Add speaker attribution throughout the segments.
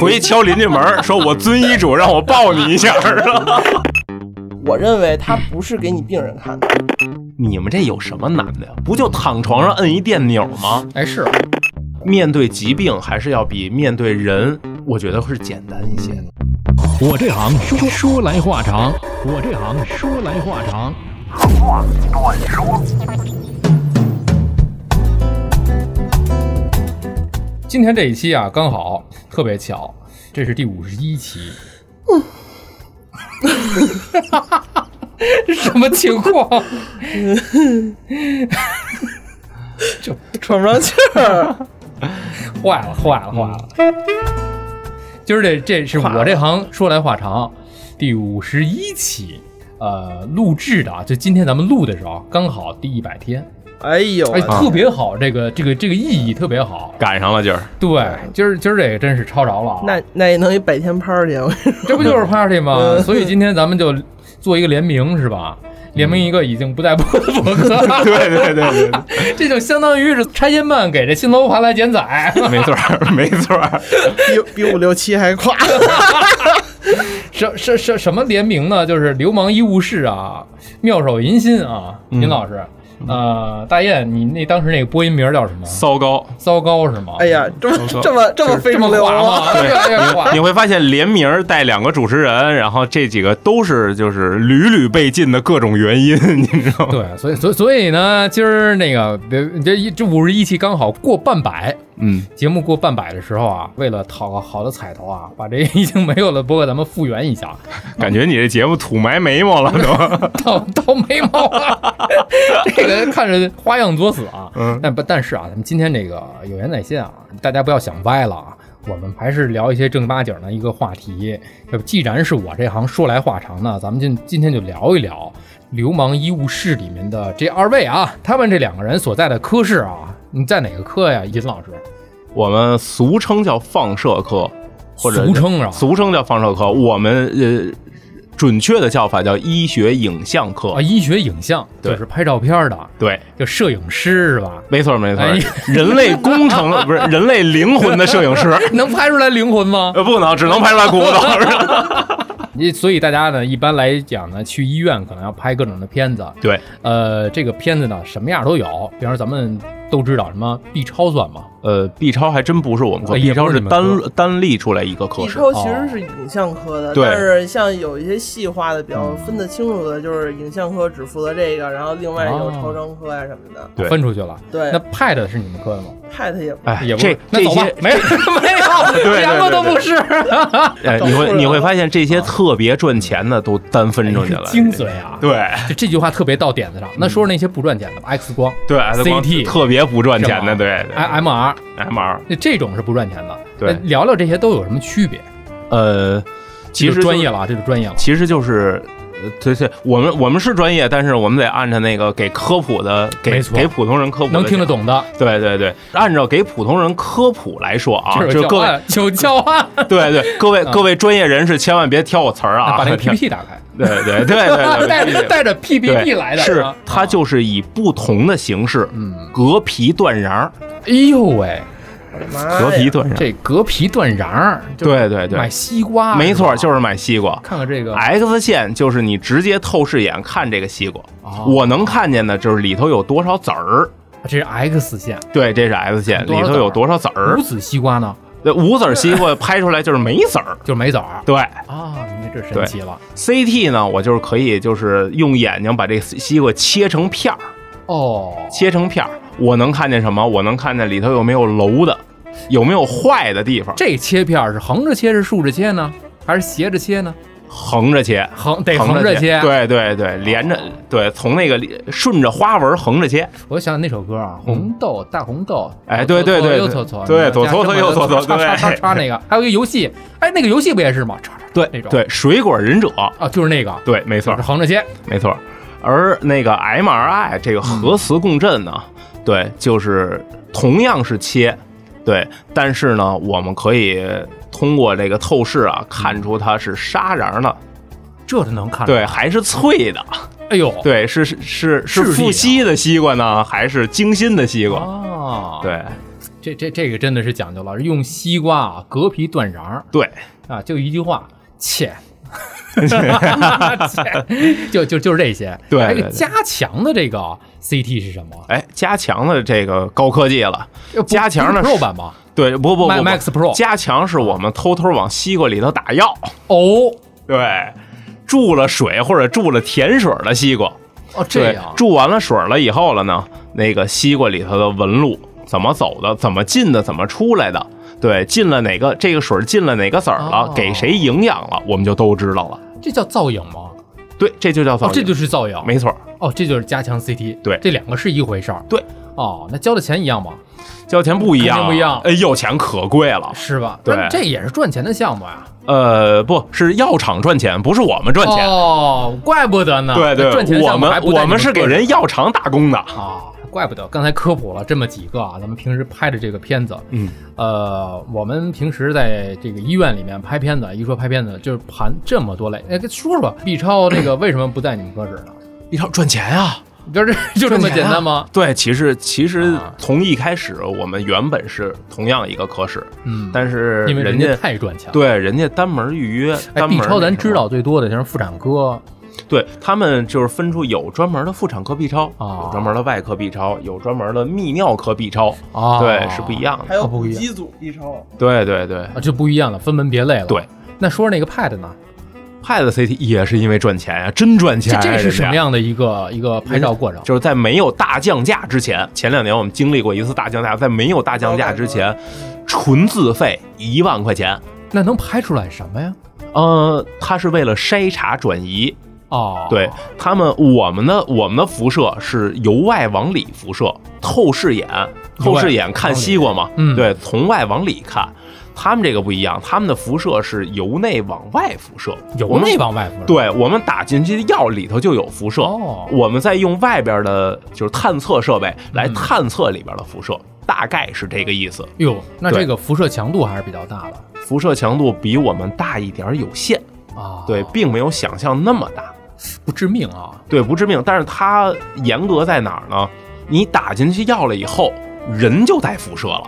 Speaker 1: 回去敲邻居门儿，说我遵医嘱让我抱你一下儿。
Speaker 2: 我认为它不是给你病人看 的。
Speaker 1: 你们这有什么难的呀？不就躺床上摁一电钮吗？
Speaker 3: 哎，是
Speaker 1: 面对疾病还是要比面对人，我觉得是简单一些的。
Speaker 3: 我这行说说来话长，我这行说来话长。今天这一期啊，刚好特别巧，这是第五十一期。什么情况？
Speaker 2: 喘不上气 儿，
Speaker 3: 坏了，坏了，坏了！今儿这这是我这行说来话长，第五十一期，呃，录制的啊，就今天咱们录的时候刚好第一百天，
Speaker 2: 哎呦，
Speaker 3: 哎，特别好，这个这个这个意义特别好。
Speaker 1: 赶上了今儿，
Speaker 3: 对，今儿今儿这个真是超着了啊，
Speaker 2: 那那也能一百天 party，我啊跟你
Speaker 3: 这不就是 party
Speaker 2: 嗯
Speaker 3: 吗？所以今天咱们就做一个联名是吧？联名一个已经不在播的博客，
Speaker 2: 嗯
Speaker 1: 对对对对，
Speaker 3: 这就相当于是拆迁办给这新楼盘来 减载。
Speaker 1: 没错儿 没错儿，
Speaker 2: 比比五六七还快。
Speaker 3: 什什什什么联名呢？就是流氓医务室啊，妙手银心啊，
Speaker 2: 嗯
Speaker 3: 尹老师，呃，大雁，你那当时那个播音名叫什么？
Speaker 1: 糟糕。
Speaker 3: 糟糕是吗？
Speaker 2: 哎，呀，这
Speaker 1: 没
Speaker 2: 么
Speaker 1: 错
Speaker 2: 这么这么非
Speaker 3: 这么
Speaker 2: 主流
Speaker 3: 滑吗？
Speaker 2: 啊！
Speaker 3: 这样这样滑
Speaker 1: 你会发现联名儿带两个主持人，然后这几个都是就是屡屡被禁的各种原因，你知道吗？
Speaker 3: 对，所以所以所以呢，今儿那个别这一这五十一期刚好过半百，
Speaker 1: 嗯，
Speaker 3: 节目过半百的时候啊，为了讨个好的彩头啊， 把这已经没有了播客咱们复原一下，
Speaker 1: 感觉你这节目土埋眉毛了都。
Speaker 3: 到到眉毛了， 这个看着花样作死啊。
Speaker 1: 嗯
Speaker 3: 但不但是啊，咱们今天这个有言在先啊，大家不要想歪了啊。我们还是聊一些正儿八经的一个话题。要不既然是我这行说来话长呢，咱们今今天就聊一聊流氓医务室里面的这二位啊，他们这两个人所在的科室啊，你在哪个科呀，尹老师？
Speaker 1: 我们俗称叫放射科，或者
Speaker 3: 俗称啊，
Speaker 1: 俗称叫放射科，我们呃准确的叫法叫医学影像科。
Speaker 3: 啊，医学影像
Speaker 1: 对
Speaker 3: 就是拍照片的，
Speaker 1: 对，
Speaker 3: 就摄影师是 吧？
Speaker 1: 没错没错，
Speaker 3: 哎
Speaker 1: 人类工程 不是人类灵魂的摄影 师，
Speaker 3: 能拍出来灵魂吗？
Speaker 1: 呃，不能只能拍出来骨 头。是吧
Speaker 3: 你所以大家呢，一般来讲呢，去医院可能要拍各种的片子，
Speaker 1: 对，
Speaker 3: 呃，这个片子呢什么样都有，比方说咱们都知道什么 B 超算嘛，
Speaker 1: 呃，B 超还真不是我们科
Speaker 3: 哎
Speaker 1: ，B
Speaker 3: 也不
Speaker 1: 超
Speaker 3: 是
Speaker 1: 是
Speaker 3: 你们
Speaker 1: 单
Speaker 3: 科
Speaker 1: 单立出来一个科
Speaker 2: B
Speaker 1: 室。
Speaker 2: 超其实是影像科的，
Speaker 1: 对
Speaker 2: 但是像有一些细化的比较分得清楚的，就是影像科只负责这个，然后另外有
Speaker 3: 哦
Speaker 2: 超声科呀什么的。
Speaker 1: 对
Speaker 3: 分出去了。
Speaker 2: 对
Speaker 3: 那 Pad 是你们科的吗？
Speaker 2: Pad 也不
Speaker 1: 哎，
Speaker 3: 也不
Speaker 1: 这
Speaker 3: 是，那
Speaker 1: 这
Speaker 3: 走吧
Speaker 1: 些，
Speaker 3: 没没有，
Speaker 1: 对
Speaker 3: 两个都不是，
Speaker 1: 哎，你
Speaker 2: 都
Speaker 1: 会
Speaker 2: 是
Speaker 1: 你会
Speaker 2: 啊
Speaker 1: 发现这些特别赚钱的都单分出去了。
Speaker 3: 精髓啊！
Speaker 1: 对
Speaker 3: 就这句话特别到点子上。那说说那些不赚钱的吧，X 光、
Speaker 1: 对，X 光
Speaker 3: CT
Speaker 1: 特别不赚钱的，
Speaker 3: 是哎
Speaker 1: 对
Speaker 3: I MR，
Speaker 1: ，MR
Speaker 3: 那这种是不赚钱的。
Speaker 1: 对
Speaker 3: 那聊聊这些都有什么区别？
Speaker 1: 呃，其
Speaker 3: 这
Speaker 1: 实
Speaker 3: 就专
Speaker 1: 就
Speaker 3: 业了啊，这就专业了。
Speaker 1: 其实就是，呃对对，我们我们是专业，但是我们得按照那个给科普的，给
Speaker 3: 没错
Speaker 1: 给普通人科普的
Speaker 3: 能听得
Speaker 1: 讲。
Speaker 3: 懂的，
Speaker 1: 对对对，按照给普通人科普来说啊，
Speaker 3: 这
Speaker 1: 就
Speaker 3: 有
Speaker 1: 各
Speaker 3: 教
Speaker 1: 位
Speaker 3: 案，有教案，
Speaker 1: 对 对各位各位专业人士千万别挑我词儿啊，
Speaker 3: 把嗯那个
Speaker 1: 对
Speaker 3: PPT 打开，
Speaker 1: 对对 对对
Speaker 3: 带
Speaker 1: 对
Speaker 3: 着带着 PPT
Speaker 1: 对
Speaker 3: 来的，啊
Speaker 1: 是
Speaker 3: 吧
Speaker 1: 它就是以不同的形式
Speaker 3: 嗯，
Speaker 1: 隔皮断瓤儿，
Speaker 3: 哎呦喂，
Speaker 2: 我的妈呀！
Speaker 1: 隔皮断瓤儿，
Speaker 3: 哎这隔皮断瓤儿，就
Speaker 1: 对对
Speaker 3: 买
Speaker 1: 对，
Speaker 3: 西瓜，啊
Speaker 1: 没错，就是哎是买西瓜
Speaker 3: 吧。看看这个，
Speaker 1: X 线就是你直接透视眼看这个西瓜，
Speaker 3: 哦
Speaker 1: 我能看见的就是里头有多少籽儿。
Speaker 3: 这是 X 线，
Speaker 1: 对，这是 X 线，
Speaker 3: 多
Speaker 1: 里
Speaker 3: 少籽儿
Speaker 1: 头有多少籽儿
Speaker 3: 无？籽西瓜呢
Speaker 1: 对无籽儿西瓜拍出来就是没籽 儿。
Speaker 3: 就是没籽儿
Speaker 1: 对
Speaker 3: 啊，你看这神奇了
Speaker 1: ，CT 呢，我就是可以就是用眼睛把这个西瓜切成片儿，
Speaker 3: 哦，
Speaker 1: 切成片儿，我能看见什么？我能看见里头有没有楼的，有没有坏的地方，
Speaker 3: 这切片儿是横着切是竖着切呢？还是斜着切呢？
Speaker 1: 横着切。
Speaker 3: 横得
Speaker 1: 横
Speaker 3: 哎横着切。，哦
Speaker 1: 对对对，连着对，从那个里顺着花纹横着切，
Speaker 3: 我想那首歌啊，红豆大红豆，
Speaker 1: 嗯哎对对对
Speaker 3: 左左右左左，
Speaker 1: 对左
Speaker 3: 加
Speaker 1: 左
Speaker 3: 上
Speaker 1: 右
Speaker 3: 面
Speaker 1: 左左
Speaker 3: 叉叉叉
Speaker 1: 对
Speaker 3: 叉那个，还有一个游戏，哎，那个游戏不也是吗？叉叉
Speaker 1: 对
Speaker 3: 那种
Speaker 1: 对，水果忍者，
Speaker 3: 啊，就是那个，
Speaker 1: 对，没错
Speaker 3: 就是，横着切，
Speaker 1: 没错。而那个 MRI 这个核磁共振呢，对，就是同样是切，对，但是呢，我们可以通过这个透视啊，看出它是沙瓤的，
Speaker 3: 这都能看。，
Speaker 1: 对，还是脆的，
Speaker 3: 哎呦，
Speaker 1: 对，是是是
Speaker 3: 质地啊
Speaker 1: 哦富硒的西瓜呢，还是精心的西瓜？
Speaker 3: 啊，，
Speaker 1: 对，
Speaker 3: 这这这个真的是讲究了，用西瓜啊隔皮断瓤儿
Speaker 1: 对，
Speaker 3: 啊，就一句话，切。 切就就就是这些，
Speaker 1: 对
Speaker 3: 还有
Speaker 1: 对
Speaker 3: 个
Speaker 1: 对
Speaker 3: 加强的这个 CT 是什么？
Speaker 1: 哎，加强的这个高科技了，
Speaker 3: 不
Speaker 1: 加强的
Speaker 3: 不是 Pro 版吗？
Speaker 1: 对，不不不不
Speaker 3: Max Pro
Speaker 1: 加强是我们偷偷往西瓜里头打药，
Speaker 3: 哦
Speaker 1: 对，注了水或者注了甜水的西瓜，
Speaker 3: 哦，这
Speaker 1: 对
Speaker 3: 样，
Speaker 1: 注完了水了以后了呢，那个西瓜里头的纹路怎么走的，怎么进的，怎么出来的，对，进了哪个这个水进了哪个籽儿了，
Speaker 3: 哦
Speaker 1: 给谁营养了，我们就都知道了。
Speaker 3: 这叫造影吗？
Speaker 1: 对，这就叫造
Speaker 3: 哦
Speaker 1: 影，，
Speaker 3: 这就是造影，
Speaker 1: 没错儿。
Speaker 3: 哦，这就是加强 CT，
Speaker 1: 对
Speaker 3: 这两个是一回事儿，
Speaker 1: 对，
Speaker 3: 哦，那交的钱一样吗？
Speaker 1: 交钱不一样
Speaker 3: 肯
Speaker 1: 啊，
Speaker 3: 定不一样
Speaker 1: 哎呦，钱可贵了。
Speaker 3: 是吧？
Speaker 1: 对
Speaker 3: 那这也是赚钱的项目呀，
Speaker 1: 呃，不是药厂赚钱，不是我们赚钱。
Speaker 3: 哦，怪不得呢，
Speaker 1: 对对，
Speaker 3: 赚钱的
Speaker 1: 我
Speaker 3: 项目
Speaker 1: 们
Speaker 3: 还不在
Speaker 1: 我
Speaker 3: 你们
Speaker 1: 们是给
Speaker 3: 个
Speaker 1: 人药厂打工的。
Speaker 3: 啊，怪不得刚才科普了这么几个啊，咱们平时拍的这个片子，
Speaker 1: 嗯，
Speaker 3: 呃，我们平时在这个医院里面拍片子，一说拍片子就是盘这么多类，哎，跟说说吧，B 超那个为什么不在你们科室呢？
Speaker 1: 你看赚钱啊，
Speaker 3: 就是 就这么
Speaker 1: 赚钱
Speaker 3: 简
Speaker 1: 啊
Speaker 3: 单吗？
Speaker 1: 对，其实其实
Speaker 3: 啊
Speaker 1: 从一开始我们原本是同样一个科室，
Speaker 3: 嗯，
Speaker 1: 但是
Speaker 3: 因为
Speaker 1: 人
Speaker 3: 家
Speaker 1: 家
Speaker 3: 太赚钱了。
Speaker 1: 对人家单门预约，
Speaker 3: 哎
Speaker 1: 单门
Speaker 3: ，B 超
Speaker 1: 那
Speaker 3: 咱
Speaker 1: 什么
Speaker 3: 知，道最多的像是妇产科，
Speaker 1: 对他们就是分出有专门的妇产科 B 超，
Speaker 3: 哦
Speaker 1: 有专门的外科 B 超，有专门的泌尿科 B 超，
Speaker 3: 哦
Speaker 1: 对，是不一样的。
Speaker 2: 还有
Speaker 3: 哦不
Speaker 2: 补
Speaker 3: 一样
Speaker 2: 机组 B 超，
Speaker 1: 对对对
Speaker 3: 啊，就不一样了，分门别类了。
Speaker 1: 对，
Speaker 3: 那说说那个 Pad 呢？
Speaker 1: ，Pad CT 也是因为赚钱呀，真赚钱
Speaker 3: 这
Speaker 1: 啊。
Speaker 3: 这是
Speaker 1: 人家
Speaker 3: 什么？样的一个一个拍照过程？
Speaker 1: 就是在没有大降价之前，前两年我们经历过一次大降价，在没有大降价之
Speaker 3: 啊
Speaker 1: 前，纯自费一万块钱。
Speaker 3: 那能拍出来什么呀？
Speaker 1: 呃，它是为了筛查转移，
Speaker 3: 哦，
Speaker 1: 对他们，我们的我们的辐射是由外往里辐射，透视眼，
Speaker 3: 由
Speaker 1: 透
Speaker 3: 外
Speaker 1: 视眼看西瓜嘛，
Speaker 3: 嗯
Speaker 1: 对，从外往里看。他们这个不一样，他们的辐射是由内往外辐射，
Speaker 3: 由
Speaker 1: 我们
Speaker 3: 内往外辐射。，
Speaker 1: 对我们打进去的药里头就有辐射，
Speaker 3: 哦嗯
Speaker 1: 我们再用外边的就是探测设备来探测里边的辐射，大概是这个意思。
Speaker 3: 哟，那
Speaker 1: 对
Speaker 3: 这个辐射强度还是比较大的
Speaker 1: 辐射强度比我们大一点儿有限，
Speaker 3: 啊。
Speaker 1: 对，并没有想象那么大。
Speaker 3: 不致命啊。
Speaker 1: 对，不致命，但是它严格在哪儿呢？你打进去药了以后，人就带辐射了，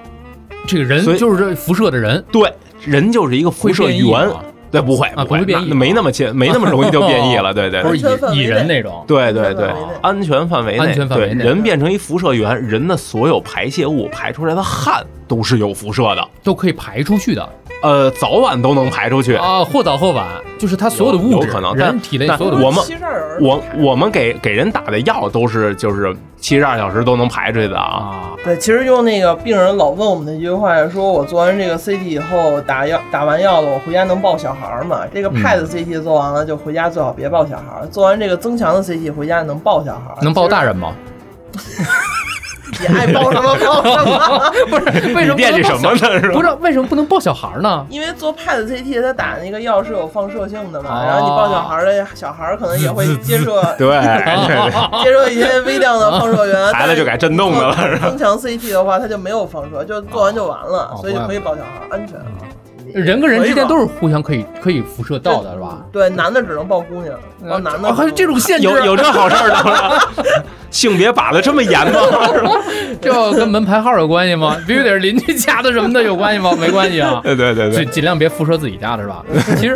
Speaker 3: 这个人
Speaker 1: 所以
Speaker 3: 就是这辐射的人，
Speaker 1: 对，人就是一个辐射
Speaker 3: 会变异
Speaker 1: 源
Speaker 3: 吗，
Speaker 1: 对，不会
Speaker 3: 啊不
Speaker 1: 会
Speaker 3: 会变异
Speaker 1: 那没那么亲， 没那么容易就变异 了，对对
Speaker 3: 不
Speaker 1: 对
Speaker 3: 是
Speaker 2: 安全范围
Speaker 3: 蚁蚁
Speaker 2: 内
Speaker 3: 人那种。
Speaker 1: 对对对
Speaker 2: 安全范围内，
Speaker 1: 安全范围内，
Speaker 3: 安全范围内
Speaker 1: 对人变成一辐射源，人的所有排泄物排出来的汗都是有辐射的，
Speaker 3: 都可以排出去的
Speaker 1: 呃，早晚都能排出去。
Speaker 3: 啊，或早或晚，就是它所有的
Speaker 1: 有
Speaker 3: 物质，
Speaker 1: 有可能但
Speaker 3: 人体内
Speaker 1: 但
Speaker 3: 所有的
Speaker 1: 我们
Speaker 2: 七十二人
Speaker 1: 我我们给给人打的药都是就是七十二小时都能排出去的啊，
Speaker 3: 啊，
Speaker 2: 对，其实用那个病人老问我们的一句话，说我做完这个 CT 以后打药打完药了，我回家能抱小孩儿吗？这个 PET CT 做完了就回家最好别抱小孩儿，做完这个增强的 CT 回家能抱小孩儿，
Speaker 3: 能抱大人吗？
Speaker 2: 其实你爱抱什么抱什 么。
Speaker 3: 不是，为什 么
Speaker 1: 你惦记
Speaker 3: 不
Speaker 1: 什
Speaker 3: 能
Speaker 1: 么
Speaker 3: 抱小？
Speaker 1: 呢？是
Speaker 3: 不
Speaker 1: 吧？
Speaker 3: 是为什么不能抱小孩呢？
Speaker 2: 因为做 PET CT，它打那个药是有放射性的嘛，
Speaker 3: 哦
Speaker 2: 然后你抱小孩儿的小孩儿可能也会接受
Speaker 1: 对
Speaker 3: 啊
Speaker 1: 对对。
Speaker 2: 接受一些微量的放射源，
Speaker 1: 哦孩子就改震动的了
Speaker 2: 但是增强 CT 的话，它就没有放射，就做完就完了，
Speaker 3: 哦
Speaker 2: 所以就可以抱小孩儿，安全。
Speaker 3: 人跟人之间都是互相可以可以辐射到的是吧？
Speaker 2: 对，男的只能抱姑娘，然后男的
Speaker 3: 哦还有这种限制，
Speaker 1: 有有这好事儿的 吗？性别把的这么严吗？
Speaker 3: 这跟门牌号有关系吗？必须得是邻居家的什么的有关 系吗？没关系 啊，
Speaker 1: 对对对
Speaker 3: 尽
Speaker 1: 对，
Speaker 3: 尽量别辐射自己家的 是吧？其实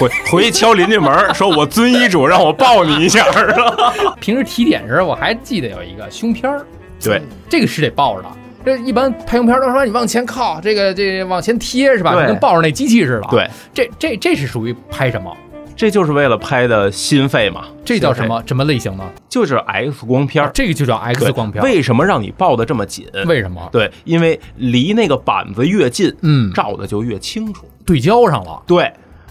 Speaker 1: 回回去敲邻居门儿，说我遵医嘱让我抱你一下儿，是吧？
Speaker 3: 平时体检时候我还记得有一个胸片儿，
Speaker 1: 对，
Speaker 3: 这个是得抱着的。这一般拍胸片儿都说你往前靠，这个这个往前贴是吧？
Speaker 1: 对
Speaker 3: 你跟抱着那机器似 的。
Speaker 1: 对，
Speaker 3: 这这这是属于拍什么？
Speaker 1: 这就是为了拍的心肺嘛，
Speaker 3: 这叫什么什么类型呢？
Speaker 1: 就是 X 光片
Speaker 3: 啊
Speaker 1: 儿。
Speaker 3: 这个就叫 X
Speaker 1: 对
Speaker 3: 光片儿。
Speaker 1: 为什么让你抱的这么紧？
Speaker 3: 为什么？
Speaker 1: 对，因为离那个板子越近，
Speaker 3: 嗯
Speaker 1: 照的就越清楚。
Speaker 3: 对焦上了
Speaker 1: 对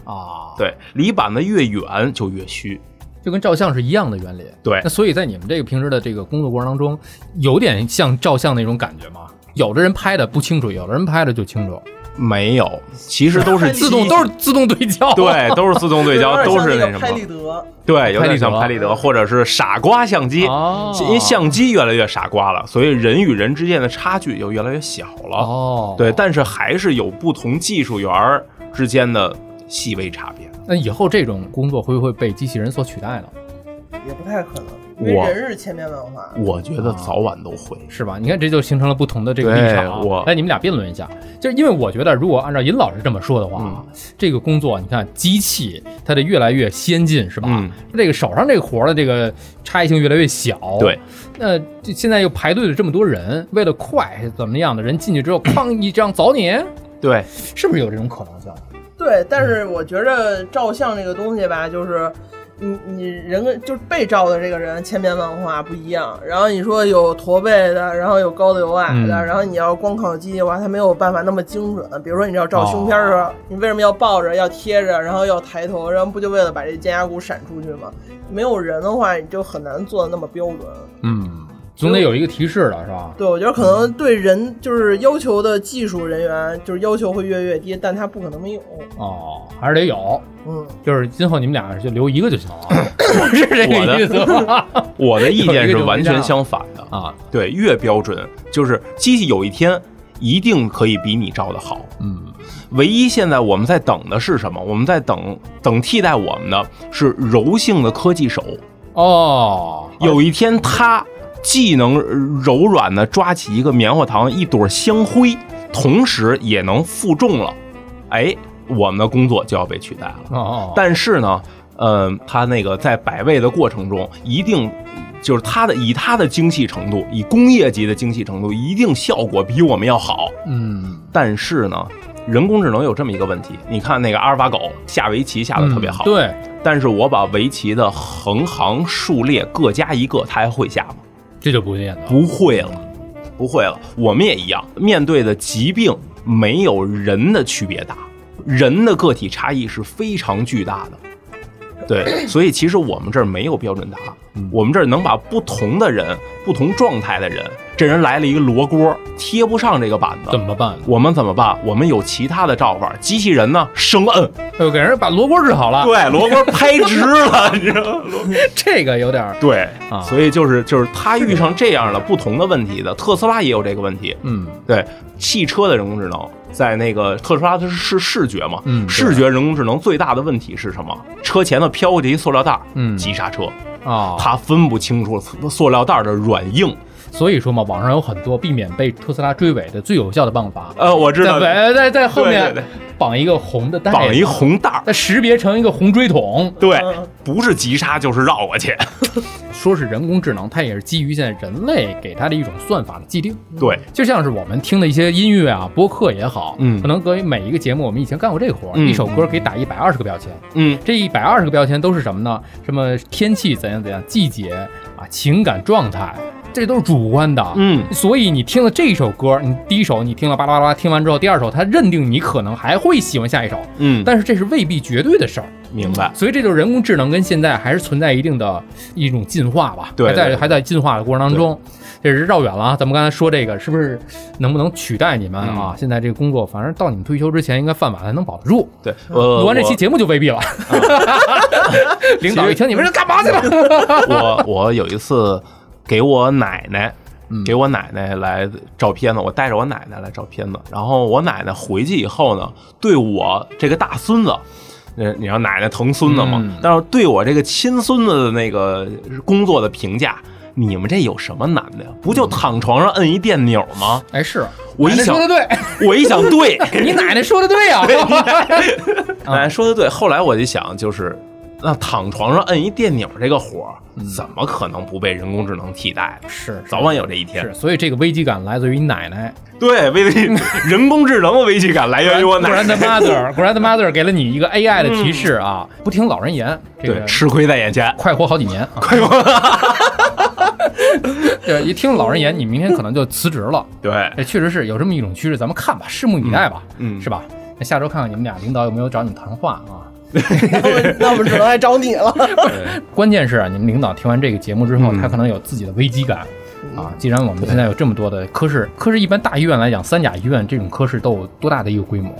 Speaker 3: 啊，
Speaker 1: 对，离板子越远就越虚。
Speaker 3: 就跟照相是一样的原理。
Speaker 1: 对
Speaker 3: 那，所以在你们这个平时的这个工作过程当中，有点像照相那种感觉吗？有的人拍的不清楚，有的人拍的就清楚，
Speaker 1: 没有，其实都是
Speaker 3: 自动
Speaker 1: 机
Speaker 3: 都是自动对焦。，
Speaker 1: 对，都是自动对
Speaker 2: 有
Speaker 1: 焦，
Speaker 2: 点
Speaker 1: 都
Speaker 2: 像
Speaker 1: 是
Speaker 2: 那
Speaker 1: 什么
Speaker 2: 个拍立得，
Speaker 1: 对，有
Speaker 3: 拍
Speaker 1: 点
Speaker 3: 立
Speaker 1: 像
Speaker 3: 得
Speaker 1: 拍立得，或者是傻瓜相机，
Speaker 3: 哦
Speaker 1: 因为相机越来越傻瓜了，所以人与人之间的差距就越来越小了。
Speaker 3: 哦，
Speaker 1: 对，但是还是有不同技术员儿之间的细微差别。
Speaker 3: 哦那以后这种工作会不会被机器人所取代呢？
Speaker 2: 也不太可能。因为
Speaker 1: 我
Speaker 2: 人是千变万化。
Speaker 1: 我觉得早晚都会。
Speaker 3: 是吧？你看，这就形成了不同的这个
Speaker 1: 对
Speaker 3: 立场啊。
Speaker 1: 我
Speaker 3: 哎，你们俩辩论一下，就是因为我觉得，如果按照尹老师这么说的话，
Speaker 1: 嗯
Speaker 3: 啊，这个工作，你看机器它得越来越先进，是吧？
Speaker 1: 嗯
Speaker 3: 这个手上这个活儿的这个差异性越来越小。
Speaker 1: 对，
Speaker 3: 那这现在又排队了这么多人，为了快怎么样的人进去之后，哐一张凿你，
Speaker 1: 对，
Speaker 3: 是不是有这种可能性？
Speaker 2: 对，但是我觉着照相这个东西吧，就是你你人跟就是被照的这个人千变万化不一样。然后你说有驼背的，然后有高的有矮的，
Speaker 3: 嗯
Speaker 2: 然后你要光靠记忆的话，它没有办法那么精准。比如说你要照胸片的时候，
Speaker 3: 哦
Speaker 2: 你为什么要抱着要贴着，然后要抬头，然后不就为了把这肩胛骨闪出去吗？没有人的话，你就很难做的那么标准。
Speaker 3: 嗯，总得有一个提示了，是吧？
Speaker 2: 对，我觉得可能对人就是要求的技术人员就是要求会越来越低，但他不可能没有。
Speaker 3: 哦，还是得有，
Speaker 2: 嗯，
Speaker 3: 就是今后你们俩就留一个就行了， 是这
Speaker 1: 我
Speaker 3: 个
Speaker 1: 的
Speaker 3: 意思 吧？
Speaker 1: 我的意见
Speaker 3: 有一
Speaker 1: 是
Speaker 3: 种
Speaker 1: 完
Speaker 3: 这
Speaker 1: 全
Speaker 3: 样
Speaker 1: 相反的。
Speaker 3: 啊，
Speaker 1: 对，越标准，就是机器有一天一定可以比你照的好。
Speaker 3: 嗯，
Speaker 1: 唯一现在我们在等的是什么？我们在等等替代我们的是柔性的科技手。
Speaker 3: 哦，
Speaker 1: 有一天，它既能柔软的抓起一个棉花糖一朵香灰，同时也能负重了。哎，我们的工作就要被取代了。
Speaker 3: 哦，
Speaker 1: 但是呢，呃，它那个在摆位的过程中，一定就是它的以它的精细程度，以工业级的精细程度，一定效果比我们要好。
Speaker 3: 嗯，
Speaker 1: 但是呢，人工智能有这么一个问题，你看那个阿尔法狗下围棋下的特别好，
Speaker 3: 嗯对，
Speaker 1: 但是我把围棋的横行竖列各加一个，它还会下吗？
Speaker 3: 这就不念叨。
Speaker 1: 不会了，不会了。我们也一样，面对的疾病没有人的区别大，人的个体差异是非常巨大的。 对，所以其实我们这儿没有标准答案，我们这儿能把不同的人、不同状态的人，这人来了一个罗锅，贴不上这个板
Speaker 3: 怎
Speaker 1: 子，
Speaker 3: 么办？
Speaker 1: 我们怎么办？我们有其他的照法，机器人呢生摁，
Speaker 3: 哎呦，给人把罗锅治好了，
Speaker 1: 对，罗锅拍直了，你知道吗？
Speaker 3: 这个有点儿，
Speaker 1: 对
Speaker 3: 啊
Speaker 1: 所以就是就是他遇上这样的不同的问题的，特斯拉也有这个问题，
Speaker 3: 嗯，
Speaker 1: 对，汽车的人工智能在那个特斯拉它是是视觉嘛，
Speaker 3: 嗯对
Speaker 1: 视觉人工智能最大的问题是什么？车前头飘过去一塑料袋，
Speaker 3: 嗯
Speaker 1: 急刹车，
Speaker 3: 啊、
Speaker 1: 它分不清楚塑料袋的软硬。
Speaker 3: 所以说嘛，网上有很多避免被特斯拉追尾的最有效的办法，
Speaker 1: 呃，我知
Speaker 3: 在
Speaker 1: 道，
Speaker 3: 尾在在后
Speaker 1: 对
Speaker 3: 面
Speaker 1: 对
Speaker 3: 绑一个红的带，
Speaker 1: 绑一，红带儿，
Speaker 3: 再识别成一个红锥筒。
Speaker 1: 对
Speaker 2: 嗯，
Speaker 1: 不是急刹就是绕过去，
Speaker 3: 说是人工智能，它也是基于现在人类给它的一种算法的既定。
Speaker 1: 对，
Speaker 3: 就像是我们听的一些音乐啊，播客也好，
Speaker 1: 嗯
Speaker 3: 可能关于每一个节目，我们以前干过这个活儿，
Speaker 1: 嗯
Speaker 3: 一首歌可以打一百二十个标签，
Speaker 1: 嗯，
Speaker 3: 这一百二十个标签都是什么呢？什么天气怎样怎样，季节啊，情感状态，这都是主观的。
Speaker 1: 嗯
Speaker 3: 所以你听了这一首歌，你第一首你听了巴拉巴拉，听完之后，第二首它认定你可能还会喜欢下一首，
Speaker 1: 嗯，
Speaker 3: 但是这是未必绝对的事儿。
Speaker 1: 明白，
Speaker 3: 所以这就是人工智能跟现在还是存在一定的一种进化吧，
Speaker 1: 对
Speaker 3: 还
Speaker 1: 对
Speaker 3: 在
Speaker 1: 对
Speaker 3: 还在进化的过程当中。这是绕远了啊，咱们刚才说这个是不是能不能取代你们
Speaker 1: 嗯
Speaker 3: 啊？现在这个工作，反正到你们退休之前，应该饭碗还能保得住。
Speaker 1: 对，呃，
Speaker 3: 录完这期
Speaker 1: 我
Speaker 3: 节目就未必了。 领导一
Speaker 1: 嗯
Speaker 3: 听你们这干嘛去
Speaker 1: 我
Speaker 3: 了？
Speaker 1: 我有一次给我奶奶，
Speaker 3: 嗯
Speaker 1: 给我奶奶来照片子，我带着我奶奶来照片子。然后我奶奶回去以后呢，对我这个大孙子。呃，你知道奶奶疼孙子嘛
Speaker 3: 嗯？
Speaker 1: 但是对我这个亲孙子的那个工作的评价，你们这有什么难的呀？不就躺床上摁一电钮吗？
Speaker 3: 哎，是
Speaker 1: 我一
Speaker 3: 奶奶
Speaker 1: 想
Speaker 3: 说的 对，
Speaker 1: 我一想，对，
Speaker 3: 你奶奶说的对 啊。
Speaker 1: 哎，说的对。后来我就想，就是那躺床上摁一电钮这个活儿，怎么可能不被人工智能替代呢？
Speaker 3: 是
Speaker 1: 早晚有这一天
Speaker 3: 是，。所以这个危机感来自于你奶奶。
Speaker 1: 对，危机人工智能的危机感来源于我奶奶。嗯
Speaker 3: Grand mother，Grand mother 给了你一个 AI 的提示啊，不听老人言，这
Speaker 1: 对，
Speaker 3: 个
Speaker 1: 吃亏在眼前。
Speaker 3: 快活好几年啊！快活。 对，一听老人言，你明天可能就辞职了。
Speaker 1: 对，
Speaker 3: 这确实是有这么一种趋势，咱们看吧，拭目以待吧，
Speaker 1: 嗯嗯
Speaker 3: 是吧？那下周看看你们俩领导有没有找你谈话啊。
Speaker 2: 那我那我们只能来找 你了。
Speaker 3: 关键是啊，你们领导听完这个节目之
Speaker 1: 嗯
Speaker 3: 后，他可能有自己的危机感。啊，既然我们现在有这么多的科室，科室一般大医院来讲，三甲医院这种科室都有多大的一个规模？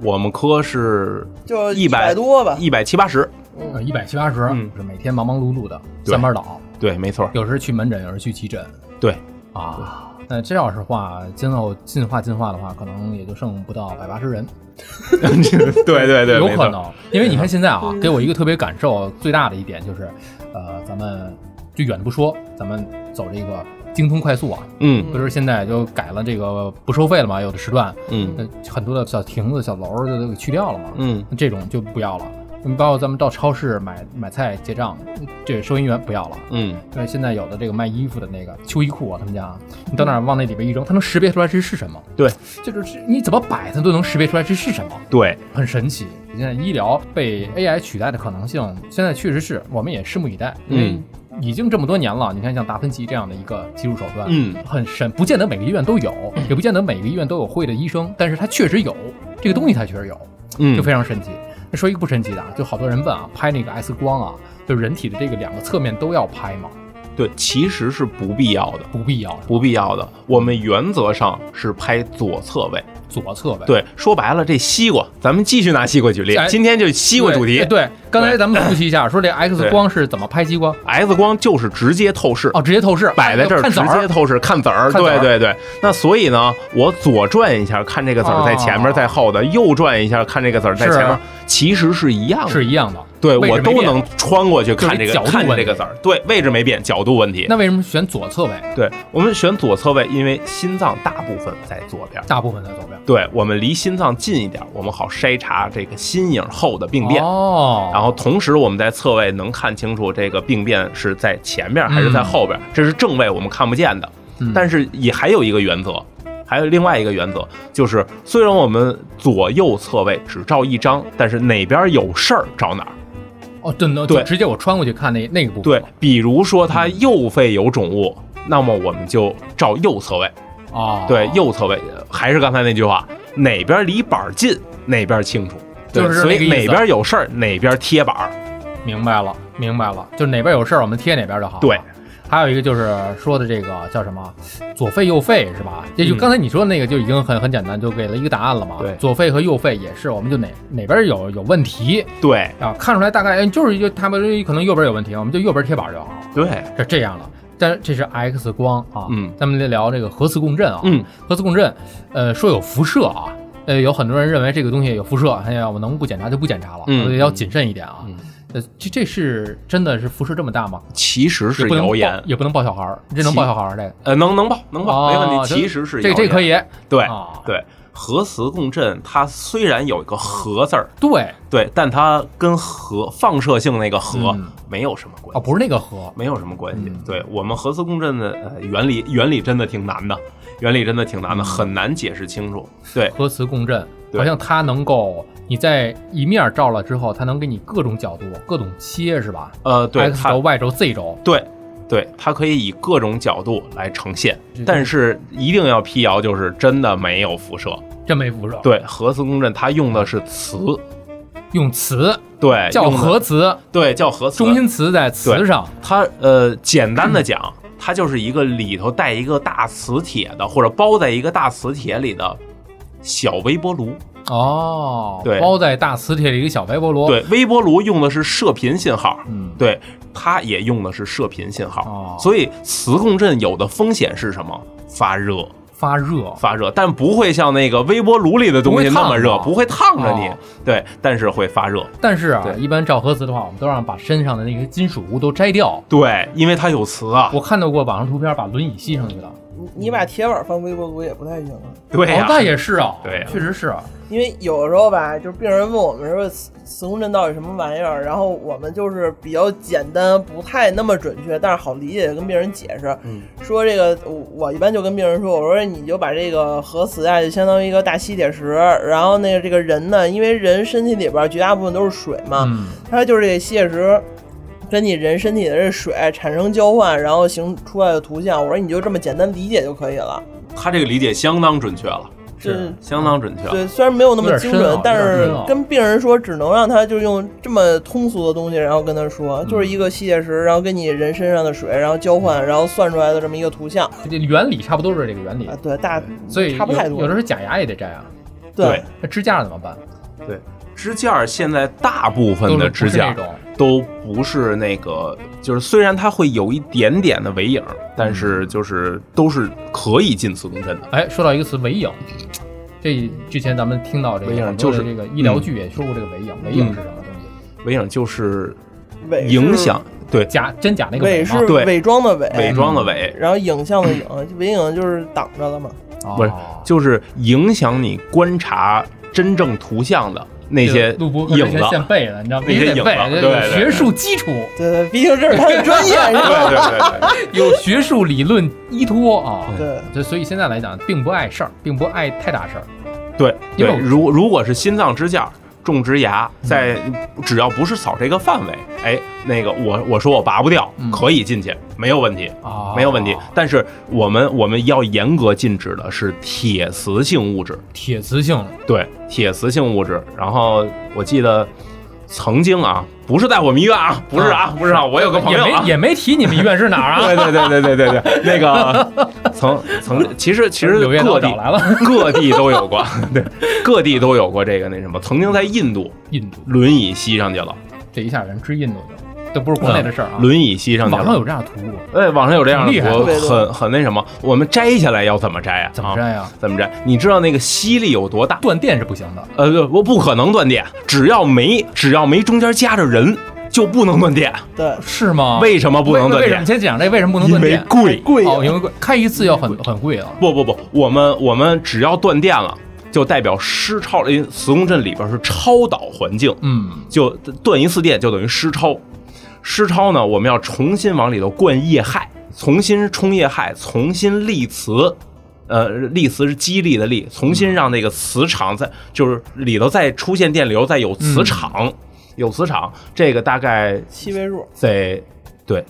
Speaker 1: 我们科是
Speaker 2: 就
Speaker 1: 一百
Speaker 2: 100多吧
Speaker 1: 一百七八十。
Speaker 3: 呃，一百七八十
Speaker 1: 嗯，
Speaker 3: 是每天忙忙碌碌的
Speaker 1: 对
Speaker 3: 三班倒，
Speaker 1: 对，没错。
Speaker 3: 有时去门诊，有时去急诊
Speaker 1: 对，
Speaker 3: 啊。那这要是话，今后进化进化的话，可能也就剩不到百八十人。
Speaker 1: 对对对，
Speaker 3: 有
Speaker 1: 没错。嗯
Speaker 3: 可能，因为你看现在啊，给我一个特别感受最大的一点就是，呃，咱们就远的不说，咱们走这个精通快速啊，
Speaker 1: 嗯
Speaker 3: 不是现在就改了这个不收费了嘛，有的时段，
Speaker 1: 嗯
Speaker 3: 那很多的小亭子、小楼儿就都给去掉了嘛，
Speaker 1: 嗯
Speaker 3: 那这种就不要了。嗯包括咱们到超市买买菜结账，这收银员不要了。
Speaker 1: 嗯
Speaker 3: 对，现在有的这个卖衣服的那个秋衣裤啊，他们家，你到那儿往那里边一扔，它能识别出来这是什么。
Speaker 1: 对，
Speaker 3: 就是你怎么摆它都能识别出来这是什么，
Speaker 1: 对，
Speaker 3: 很神奇。现在医疗被 AI 取代的可能性，现在确实是我们也拭目以待。
Speaker 1: 嗯
Speaker 3: 已经这么多年了，你看像达芬奇这样的一个技术手段，
Speaker 1: 嗯
Speaker 3: 很神，不见得每个医院都有，也不见得每个医院都有会的医生，但是它确实有这个东西，它确实有。
Speaker 1: 嗯，
Speaker 3: 就非常神奇。那说一个不神奇的啊，就好多人问啊，拍那个 X 光啊，就人体的这个两个侧面都要拍吗？
Speaker 1: 对，其实是不必要的，
Speaker 3: 不必要，
Speaker 1: 不必要的。我们原则上是拍左侧位，
Speaker 3: 左侧呗。
Speaker 1: 对，说白了，这西瓜，咱们继续拿西瓜举例，
Speaker 3: 哎
Speaker 1: 今天就西瓜主题
Speaker 3: 对，。对，刚才
Speaker 1: 对
Speaker 3: 咱们复习一下，说这 X 光是怎么拍激光？
Speaker 1: X 光就是直接透视，
Speaker 3: 哦，直接透视，
Speaker 1: 摆在这儿
Speaker 3: 看
Speaker 1: 直
Speaker 3: 色
Speaker 1: 接
Speaker 3: 儿。
Speaker 1: 透视，看子儿。
Speaker 3: 看籽
Speaker 1: 对
Speaker 3: 儿
Speaker 1: 对对，那所以呢，我左转一下看这个子儿在前面
Speaker 3: 哦
Speaker 1: 在后的，右转一下看这个子儿在前面
Speaker 3: 是，
Speaker 1: 其实是一样
Speaker 3: 是
Speaker 1: 的。
Speaker 3: 一样的，
Speaker 1: 对
Speaker 3: 位置
Speaker 1: 我
Speaker 3: 没
Speaker 1: 都
Speaker 3: 变
Speaker 1: 能穿过去看
Speaker 3: 就
Speaker 1: 这
Speaker 3: 是
Speaker 1: 个
Speaker 3: 角度
Speaker 1: 看
Speaker 3: 问
Speaker 1: 这个
Speaker 3: 题
Speaker 1: 子儿，对位置没变，角度问题。
Speaker 3: 那为什么选左侧位？
Speaker 1: 对我们选左侧位，因为心脏大部分在左边。
Speaker 3: 大部分在左边。
Speaker 1: 对我们离心脏近一点，我们好筛查这个心影后的病变。
Speaker 3: 哦，
Speaker 1: 然后同时我们在侧位能看清楚这个病变是在前面还是在后边，这是正位我们看不见的。
Speaker 3: 嗯
Speaker 1: 但是也还有一个原则，还有另外一个原则，就是虽然我们左右侧位只照一张，但是哪边有事儿照哪儿。
Speaker 3: 哦，对对
Speaker 1: 对
Speaker 3: 直接我穿过去看那那个部分。
Speaker 1: 对，比如说它
Speaker 3: 嗯
Speaker 1: 右肺有肿物，那么我们就照右侧位。
Speaker 3: 哦，
Speaker 1: 对，右侧位还是刚才那句话，哪边离板儿近，哪边清楚。对
Speaker 3: 就是那
Speaker 1: 所
Speaker 3: 个
Speaker 1: 以
Speaker 3: 意思
Speaker 1: 哪边有事儿，哪边贴板儿。
Speaker 3: 明白了，明白了，就哪边有事儿我们贴哪边就好。
Speaker 1: 对，
Speaker 3: 还有一个就是说的这个叫什么左肺右肺是吧？也就
Speaker 1: 嗯
Speaker 3: 刚才你说的那个就已经很很简单，就给了一个答案了嘛。
Speaker 1: 对
Speaker 3: 左肺和右肺也是，我们就哪哪边有有问题
Speaker 1: 对
Speaker 3: 啊，看出来大概哎就是就他们可能右边有问题，我们就右边贴板就好了，
Speaker 1: 对，
Speaker 3: 这这样了。但这是 X 光啊，
Speaker 1: 嗯
Speaker 3: 咱们来聊这个核磁共振啊，
Speaker 1: 嗯，
Speaker 3: 核磁共振，呃，说有辐射啊，呃，有很多人认为这个东西有辐射，哎呀，我能不检查就不检查了，
Speaker 1: 嗯
Speaker 3: 我要谨慎一点啊
Speaker 1: 嗯。
Speaker 3: 呃，这这是真的是辐射这么大吗？
Speaker 1: 其实是
Speaker 3: 也不能
Speaker 1: 谣
Speaker 3: 抱
Speaker 1: 言。
Speaker 3: 也不能抱小孩儿，这能
Speaker 1: 其
Speaker 3: 抱小孩儿这个
Speaker 1: 呃，能能报能报，没问
Speaker 3: 哦
Speaker 1: 题。其实是
Speaker 3: 这
Speaker 1: 谣
Speaker 3: 这
Speaker 1: 言
Speaker 3: 可以
Speaker 1: 对
Speaker 3: 啊
Speaker 1: 对，核磁共振它虽然有一个核字儿，
Speaker 3: 对
Speaker 1: 对，但它跟核放射性那个核
Speaker 3: 嗯
Speaker 1: 没有什么
Speaker 3: 哦，
Speaker 1: 关系。
Speaker 3: 不是那个核
Speaker 1: 没有什么关系
Speaker 3: 嗯，
Speaker 1: 对我们核磁共振的呃原理，原理真的挺难的，原理真的挺难的，
Speaker 3: 嗯
Speaker 1: 很难解释清楚。对，
Speaker 3: 核磁共振，
Speaker 1: 对
Speaker 3: 好像它能够你在一面照了之后，它能给你各种角度、各种切是吧？
Speaker 1: 呃，对
Speaker 3: x 轴、
Speaker 1: 它，
Speaker 3: y 轴、z 轴，
Speaker 1: 对，对，它可以以各种角度来呈现
Speaker 3: 这，
Speaker 1: 但是一定要辟谣，就是真的没有辐射。
Speaker 3: 真没辐射。，
Speaker 1: 对，核磁共振它用的是磁，
Speaker 3: 用磁
Speaker 1: 对，
Speaker 3: 叫
Speaker 1: 哎用的
Speaker 3: 核磁，
Speaker 1: 对，叫核磁
Speaker 3: 中心磁在磁上。
Speaker 1: 它呃，简单的讲，它就是一个里头带一个大磁铁的，或者包在一个大磁铁里的小微波炉。
Speaker 3: 哦，
Speaker 1: 对
Speaker 3: 包在大磁铁里一个小微波炉。，
Speaker 1: 对，微波炉用的是射频信号，
Speaker 3: 嗯，
Speaker 1: 对，它也用的是射频信号
Speaker 3: 哦。
Speaker 1: 所以磁共振有的风险是什么？发热，
Speaker 3: 发热。
Speaker 1: 发热，但不会像那个微波炉里的东西那么热，不
Speaker 3: 不
Speaker 1: 会烫啊着你
Speaker 3: 哦。
Speaker 1: 对，但是会发热。
Speaker 3: 但是啊
Speaker 1: 对，
Speaker 3: 一般照核磁的话，我们都让把身上的那些金属物都摘掉。
Speaker 1: 对，因为它有磁啊。
Speaker 3: 我看到过网上图片，把轮椅吸上去了。
Speaker 2: 你你把铁板放微波炉也不太行啊，
Speaker 1: 对呀
Speaker 3: 哦，那也是啊，
Speaker 1: 对呀
Speaker 3: 确实是啊。
Speaker 2: 因为有的时候吧，就是病人问我们说磁磁共振到底什么玩意儿，然后我们就是比较简单，不太那么准确，但是好理解，跟病人解释。
Speaker 1: 嗯
Speaker 2: 说这个，我我一般就跟病人说，我说你就把这个核磁啊，就相当于一个大吸铁石，然后那个这个人呢，因为人身体里边绝大部分都是水嘛，
Speaker 3: 嗯，
Speaker 2: 它就是这吸铁石跟你人身体的这水产生交换，然后形出来的图像。我说你就这么简单理解就可以了。
Speaker 1: 它这个理解相当准确了，
Speaker 2: 这
Speaker 3: 是
Speaker 1: 相当准确了。
Speaker 2: 对，虽然没有那么精
Speaker 3: 有点
Speaker 2: 准
Speaker 3: 深，
Speaker 2: 但
Speaker 3: 奥有点
Speaker 2: 是
Speaker 3: 深奥
Speaker 2: 跟病人说，只能让他就用这么通俗的东西，然后跟他
Speaker 3: 嗯
Speaker 2: 说，就是一个吸铁石，然后跟你人身上的水，然后交换，然后算出来的这么一个图像
Speaker 3: 嗯这原理差不多是这个原理
Speaker 2: 啊。，对，大
Speaker 3: 所以
Speaker 2: 差不
Speaker 3: 有
Speaker 2: 太多
Speaker 3: 有的时候假牙也得摘啊，
Speaker 1: 对
Speaker 2: 对，
Speaker 3: 那支架怎么办？
Speaker 1: 对，支架儿现在大部分
Speaker 3: 都
Speaker 1: 的
Speaker 3: 是
Speaker 1: 支
Speaker 3: 不是
Speaker 1: 架
Speaker 3: 那
Speaker 1: 儿
Speaker 3: 种
Speaker 1: 都不是那个，就是虽然它会有一点点的尾影儿，但
Speaker 3: 嗯
Speaker 1: 是就是都是可以进磁共振的。
Speaker 3: 哎，说到一个词尾影，这之前咱们听到这个
Speaker 1: 尾影
Speaker 3: 很多的
Speaker 1: 就是嗯
Speaker 3: 这个医疗剧也说过这个尾影，尾影是什么东西？
Speaker 1: 哎尾影就是哎
Speaker 2: 尾
Speaker 1: 影响，对
Speaker 3: 假真假那个
Speaker 2: 伪
Speaker 3: 伪吗
Speaker 2: 是
Speaker 1: 对
Speaker 2: 伪装的伪，
Speaker 1: 伪装的伪，
Speaker 2: 然后影像的影，伪影就是挡着了嘛。
Speaker 1: 不是
Speaker 3: 哦
Speaker 1: 就是影响你观察真正图像的那些
Speaker 3: 录播课之
Speaker 1: 影
Speaker 3: 前
Speaker 1: 子。
Speaker 3: 现背的，你知道吗？
Speaker 1: 那些
Speaker 3: 必须
Speaker 1: 影
Speaker 3: 得
Speaker 1: 子
Speaker 3: 背，这
Speaker 1: 对
Speaker 3: 有
Speaker 1: 对
Speaker 3: 学
Speaker 1: 对
Speaker 3: 术基 础，
Speaker 2: 对对，毕竟这是他的专业，是
Speaker 1: 对
Speaker 2: 吧？
Speaker 1: 对对对对，
Speaker 3: 有学术理论依托啊。
Speaker 2: 对，
Speaker 3: 就所以现在来讲，并不碍事儿，并不碍太大事儿。
Speaker 1: 对
Speaker 3: 因
Speaker 1: 对
Speaker 3: 为我，嗯
Speaker 1: 如如果是心脏支架、种植牙，在只要不是扫这个范围，哎，那个我我说我拔不掉
Speaker 3: 嗯，
Speaker 1: 可以进去，没有问题。
Speaker 3: 啊，
Speaker 1: 没有问题，但是我们我们要严格禁止的是铁磁性物质，
Speaker 3: 铁磁性
Speaker 1: 对，铁磁性物质。然后我记得曾经啊，不是在我们医院啊，不是啊，不是啊，我有个朋友
Speaker 3: 也
Speaker 1: 啊
Speaker 3: 没，也没提你们医院是哪儿 啊。
Speaker 1: 对对对对对对对，那个 曾曾其实其实
Speaker 3: 柳叶刀
Speaker 1: 各地
Speaker 3: 找来了，
Speaker 1: 各地都有过，对，各地都有过这个那什么。曾经在印度，
Speaker 3: 印度
Speaker 1: 轮椅吸上去了，
Speaker 3: 这一下人吃印度去了，这不是国内的事儿啊。
Speaker 1: 嗯轮椅吸上去
Speaker 3: 网上
Speaker 1: 了。
Speaker 3: 有这样的图，
Speaker 1: 哎，网上有这样
Speaker 3: 挺厉
Speaker 1: 的
Speaker 3: 害
Speaker 1: 图，
Speaker 2: 对对
Speaker 1: 很很那什么。我们摘下来要怎么摘啊？
Speaker 3: 怎么
Speaker 1: 啊？
Speaker 3: 摘呀？
Speaker 1: 怎么摘？你知道那个吸力有多大？
Speaker 3: 断电是不行的。
Speaker 1: 呃，不我不可能断电，只要没只要没中间夹着人，就不能断电。
Speaker 2: 对，
Speaker 3: 是吗？
Speaker 1: 为什么不能
Speaker 3: 为
Speaker 1: 断
Speaker 3: 为什么
Speaker 1: 电？
Speaker 3: 先讲这为什么不能
Speaker 1: 因
Speaker 3: 断
Speaker 1: 为
Speaker 3: 电？
Speaker 1: 贵。啊
Speaker 2: 贵
Speaker 3: 哦，因为贵，开一次要很很贵啊。
Speaker 1: 不不不，我们我们只要断电了，就代表失超，因为磁共振里边是超导环境，
Speaker 3: 嗯，
Speaker 1: 就断一次电就等于失超。失超呢，我们要重新往里头灌液氦，重新冲液氦，重新立磁。呃，立磁是激励的力，重新让那个磁场在，就是里头再出现电流，再有磁场，有磁场，这个大概
Speaker 2: 七位数，
Speaker 1: 在对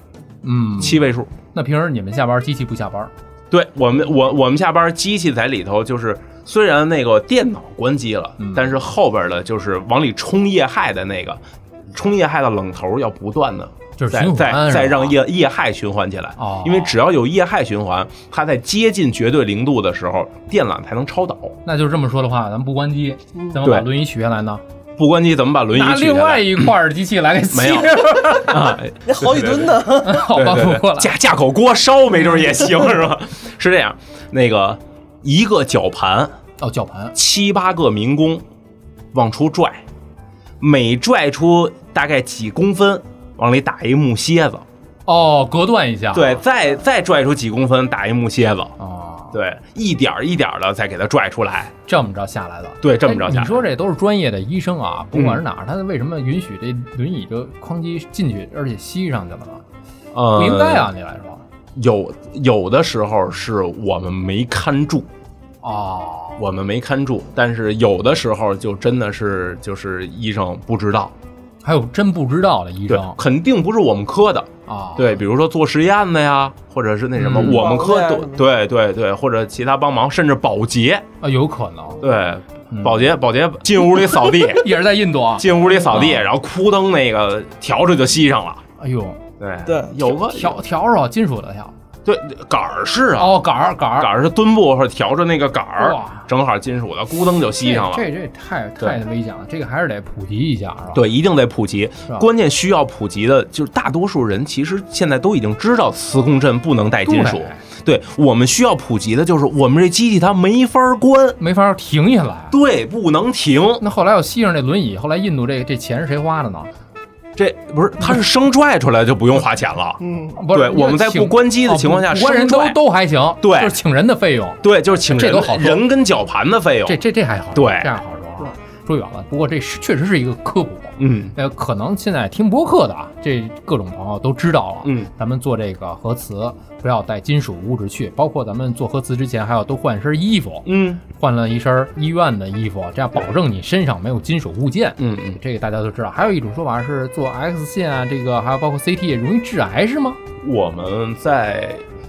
Speaker 3: 嗯，
Speaker 1: 七位数。
Speaker 3: 那平时你们下班，机器不下班，
Speaker 1: 对我们，我我们下班机器在里头，就是虽然那个电脑关机了，
Speaker 3: 嗯
Speaker 1: 但是后边的就是往里冲液氦的那个，冲液氦的冷头要不断的
Speaker 3: 就是
Speaker 1: 再
Speaker 3: 循环
Speaker 1: 再
Speaker 3: 是吧
Speaker 1: 再让液液氦循环起来
Speaker 3: 哦，
Speaker 1: 因为只要有液氦循环，它在接近绝对零度的时候，电缆才能超导。
Speaker 3: 那就这么说的话，咱们不关机，怎么
Speaker 1: 对
Speaker 3: 把轮椅取下来呢？
Speaker 1: 不关机怎么把轮椅
Speaker 3: 拿
Speaker 1: 取
Speaker 3: 另
Speaker 1: 下
Speaker 3: 外
Speaker 1: 来？
Speaker 3: 一块儿机器来给吸
Speaker 1: 没有 啊，
Speaker 2: 那好几吨呢。
Speaker 3: 好
Speaker 1: 对
Speaker 3: 吧，
Speaker 1: 对
Speaker 3: 不
Speaker 1: 对
Speaker 3: 过来。
Speaker 1: 架架口锅烧没准 也行，是吧？是这样，那个一个绞盘
Speaker 3: 哦，绞盘，
Speaker 1: 七八个民工往出拽，每拽出大概几公分，往里打一木楔子，
Speaker 3: 哦，隔断一下，
Speaker 1: 对，，再再拽出几公分，打一木楔子，
Speaker 3: 哦，
Speaker 1: 对，一点儿一点的再给它拽出来，
Speaker 3: 这么着下来的。
Speaker 1: 对，这么着
Speaker 3: 哎
Speaker 1: 下
Speaker 3: 你
Speaker 1: 来。嗯
Speaker 3: 说这都是专业的医生啊，不管是哪儿，他为什么允许这轮椅这哐叽进去，而且吸上去了呢？
Speaker 1: 呃
Speaker 3: 不应该，啊，按理来说。
Speaker 1: 有有的时候是我们没看住，
Speaker 3: 哦，
Speaker 1: 我们没看住，但是有的时候就真的是就是医生不知道，
Speaker 3: 还有真不知道的医
Speaker 1: 对
Speaker 3: 生，
Speaker 1: 肯定不是我们科的，
Speaker 3: 啊，
Speaker 1: 对，，比如说做实验的呀，或者是那什么，
Speaker 3: 嗯
Speaker 1: 我们科
Speaker 2: 保洁啊
Speaker 1: 都
Speaker 2: 什么的
Speaker 1: 对对对，或者其他帮忙，甚至保洁，
Speaker 3: 啊，有可能
Speaker 1: 对，
Speaker 3: 嗯
Speaker 1: 保洁保洁进屋里扫 地，
Speaker 3: 也是在印度啊。
Speaker 1: 进屋里扫地，
Speaker 3: 啊
Speaker 1: 然后扑腾那个笤帚就吸上了，
Speaker 3: 哎呦，
Speaker 1: 对
Speaker 2: 对
Speaker 1: 有个
Speaker 3: 笤笤帚，金属的笤，
Speaker 1: 对杆儿是啊，
Speaker 3: 哦，杆儿杆儿
Speaker 1: 杆儿是墩布或者笤帚那个杆儿
Speaker 3: 哇，
Speaker 1: 正好金属的，咕噔就吸上了。
Speaker 3: 这这这太
Speaker 1: 对
Speaker 3: 太危险了，这个还是得普及一下，是吧？，
Speaker 1: 对，一定得普及
Speaker 3: 吧。
Speaker 1: 关键需要普及的，就是大多数人其实现在都已经知道磁共振不能带金属。对我们需要普及的就是，我们这机器它没法儿关，
Speaker 3: 没法停下来。
Speaker 1: 对，不能停。
Speaker 3: 那后来又吸上这轮椅，后来印度这这钱是谁花的呢？
Speaker 1: 这不是，它是生拽出来就不用花钱了。
Speaker 2: 嗯，
Speaker 3: 不是，
Speaker 1: 对我们在
Speaker 3: 请
Speaker 1: 不关机的
Speaker 3: 哦
Speaker 1: 情况下
Speaker 3: 不不关人
Speaker 1: 生
Speaker 3: 都
Speaker 1: 拽
Speaker 3: 都还行，
Speaker 1: 对
Speaker 3: 就是请人的费用，
Speaker 1: 对，就是请
Speaker 3: 这
Speaker 1: 人
Speaker 3: 都好说
Speaker 1: 人跟绞盘的费用
Speaker 3: 这。这这还好说，
Speaker 1: 对
Speaker 3: 这样好说啊。说远了，不过这是确实是一个科普。
Speaker 1: 嗯
Speaker 3: 呃，可能现在听播客的啊，这各种朋友都知道了。
Speaker 1: 嗯，
Speaker 3: 咱们做这个核磁，不要带金属物质去，包括咱们做核磁之前还要多换身衣服，
Speaker 1: 嗯
Speaker 3: 换了一身医院的衣服，这样保证你身上没有金属物件。
Speaker 1: 嗯嗯，
Speaker 3: 这个大家都知道。还有一种说法是做 X 线啊，这个还有包括 CT 容易致癌是吗？
Speaker 1: 我们在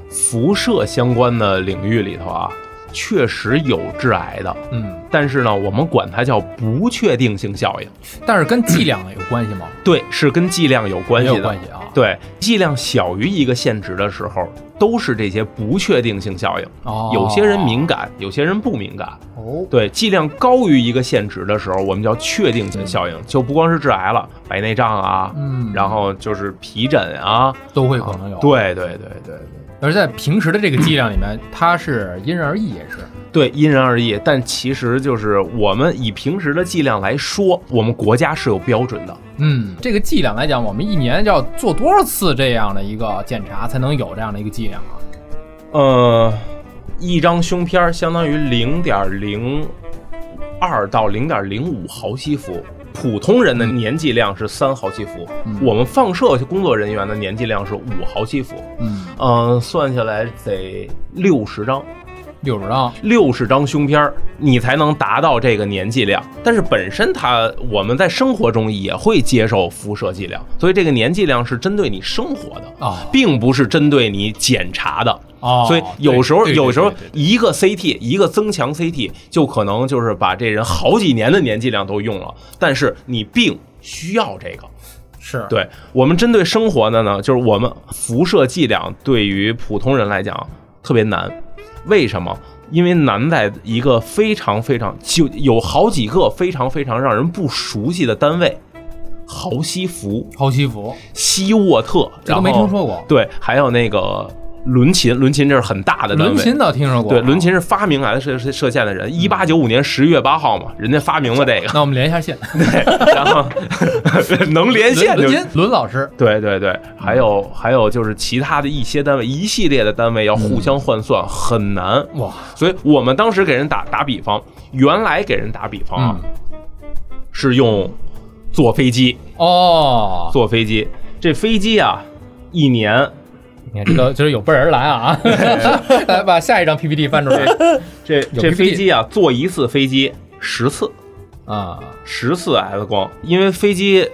Speaker 1: 辐射相关的领域里头啊，确实有致癌的，
Speaker 3: 嗯，
Speaker 1: 但是呢，我们管它叫不确定性效应。
Speaker 3: 但是跟剂量有关系吗？
Speaker 1: 对，是跟剂量有 关
Speaker 3: 没
Speaker 1: 系
Speaker 3: 有
Speaker 1: 的。
Speaker 3: 关系啊。
Speaker 1: 对，剂量小于一个限值的时候，都是这些不确定性效应。
Speaker 3: 哦，
Speaker 1: 有些人敏感，有些人不敏感。
Speaker 3: 哦，
Speaker 1: 对，剂量高于一个限值的时候，我们叫确定性效应，就不光是致癌了，白内障啊，
Speaker 3: 嗯，哦
Speaker 1: 然后就是皮疹啊，
Speaker 3: 都会可能有。
Speaker 1: 对对对对对，
Speaker 3: 而在平时的这个剂量里面，它是因人而异，也是
Speaker 1: 对，因人而异。但其实就是我们以平时的剂量来说，我们国家是有标准的。
Speaker 3: 嗯，这个剂量来讲，我们一年要做多少次这样的一个检查才能有这样的一个剂量啊？
Speaker 1: 呃，一张胸片儿相当于零点零二到零点零五毫西弗。普通人的年剂量是三毫西弗，
Speaker 3: 嗯
Speaker 1: 我们放射工作人员的年剂量是五毫西弗，
Speaker 3: 嗯，
Speaker 1: 嗯、算下来得六十张，
Speaker 3: 六十张，
Speaker 1: 六十张胸片儿，你才能达到这个年剂量。但是本身它，我们在生活中也会接受辐射剂量，所以这个年剂量是针对你生活的，
Speaker 3: 哦
Speaker 1: 并不是针对你检查的。
Speaker 3: 哦，
Speaker 1: 所以有时候，
Speaker 3: 对
Speaker 1: 有时候
Speaker 3: 对对对
Speaker 1: 一个 CT，一个增强 CT，就可能就是把这人好几年的年剂量都用了，但是你并需要这个。
Speaker 3: 是
Speaker 1: 对我们针对生活的呢，就是我们辐射剂量对于普通人来讲特别难，为什么？因为难在一个非常非常就有好几个非常非常让人不熟悉的单位，毫西弗、
Speaker 3: 抛西服，
Speaker 1: 西沃特，
Speaker 3: 这
Speaker 1: 然
Speaker 3: 都
Speaker 1: 后
Speaker 3: 没听说过。
Speaker 1: 对，还有那个伦琴，伦琴这是很大的单位。
Speaker 3: 伦琴倒听说过，
Speaker 1: 对，伦琴。是发明来的射射射线的人，
Speaker 3: 嗯
Speaker 1: 一八九五年十月八号嘛，人家发明了这 个，
Speaker 3: 那我们连一 下线，
Speaker 1: 哎对，然后能连线就
Speaker 3: 伦琴嗯伦老师，
Speaker 1: 对对对，还有、还有就是其他的一些单位，一系列的单位要互相换算、很难，
Speaker 3: 哇，
Speaker 1: 所以我们当时给人打打比方，原来给人打比方啊，
Speaker 3: 嗯，
Speaker 1: 是用坐飞机
Speaker 3: 哦，
Speaker 1: 坐飞机，这飞机啊一年
Speaker 3: 你看这都就是有辈儿人来啊， 来把下一张 PPT 翻出来
Speaker 1: 这
Speaker 3: 有
Speaker 1: 这
Speaker 3: PPT
Speaker 1: 飞机啊坐一次飞机十次
Speaker 3: 啊，
Speaker 1: 十次 X 光，因为飞机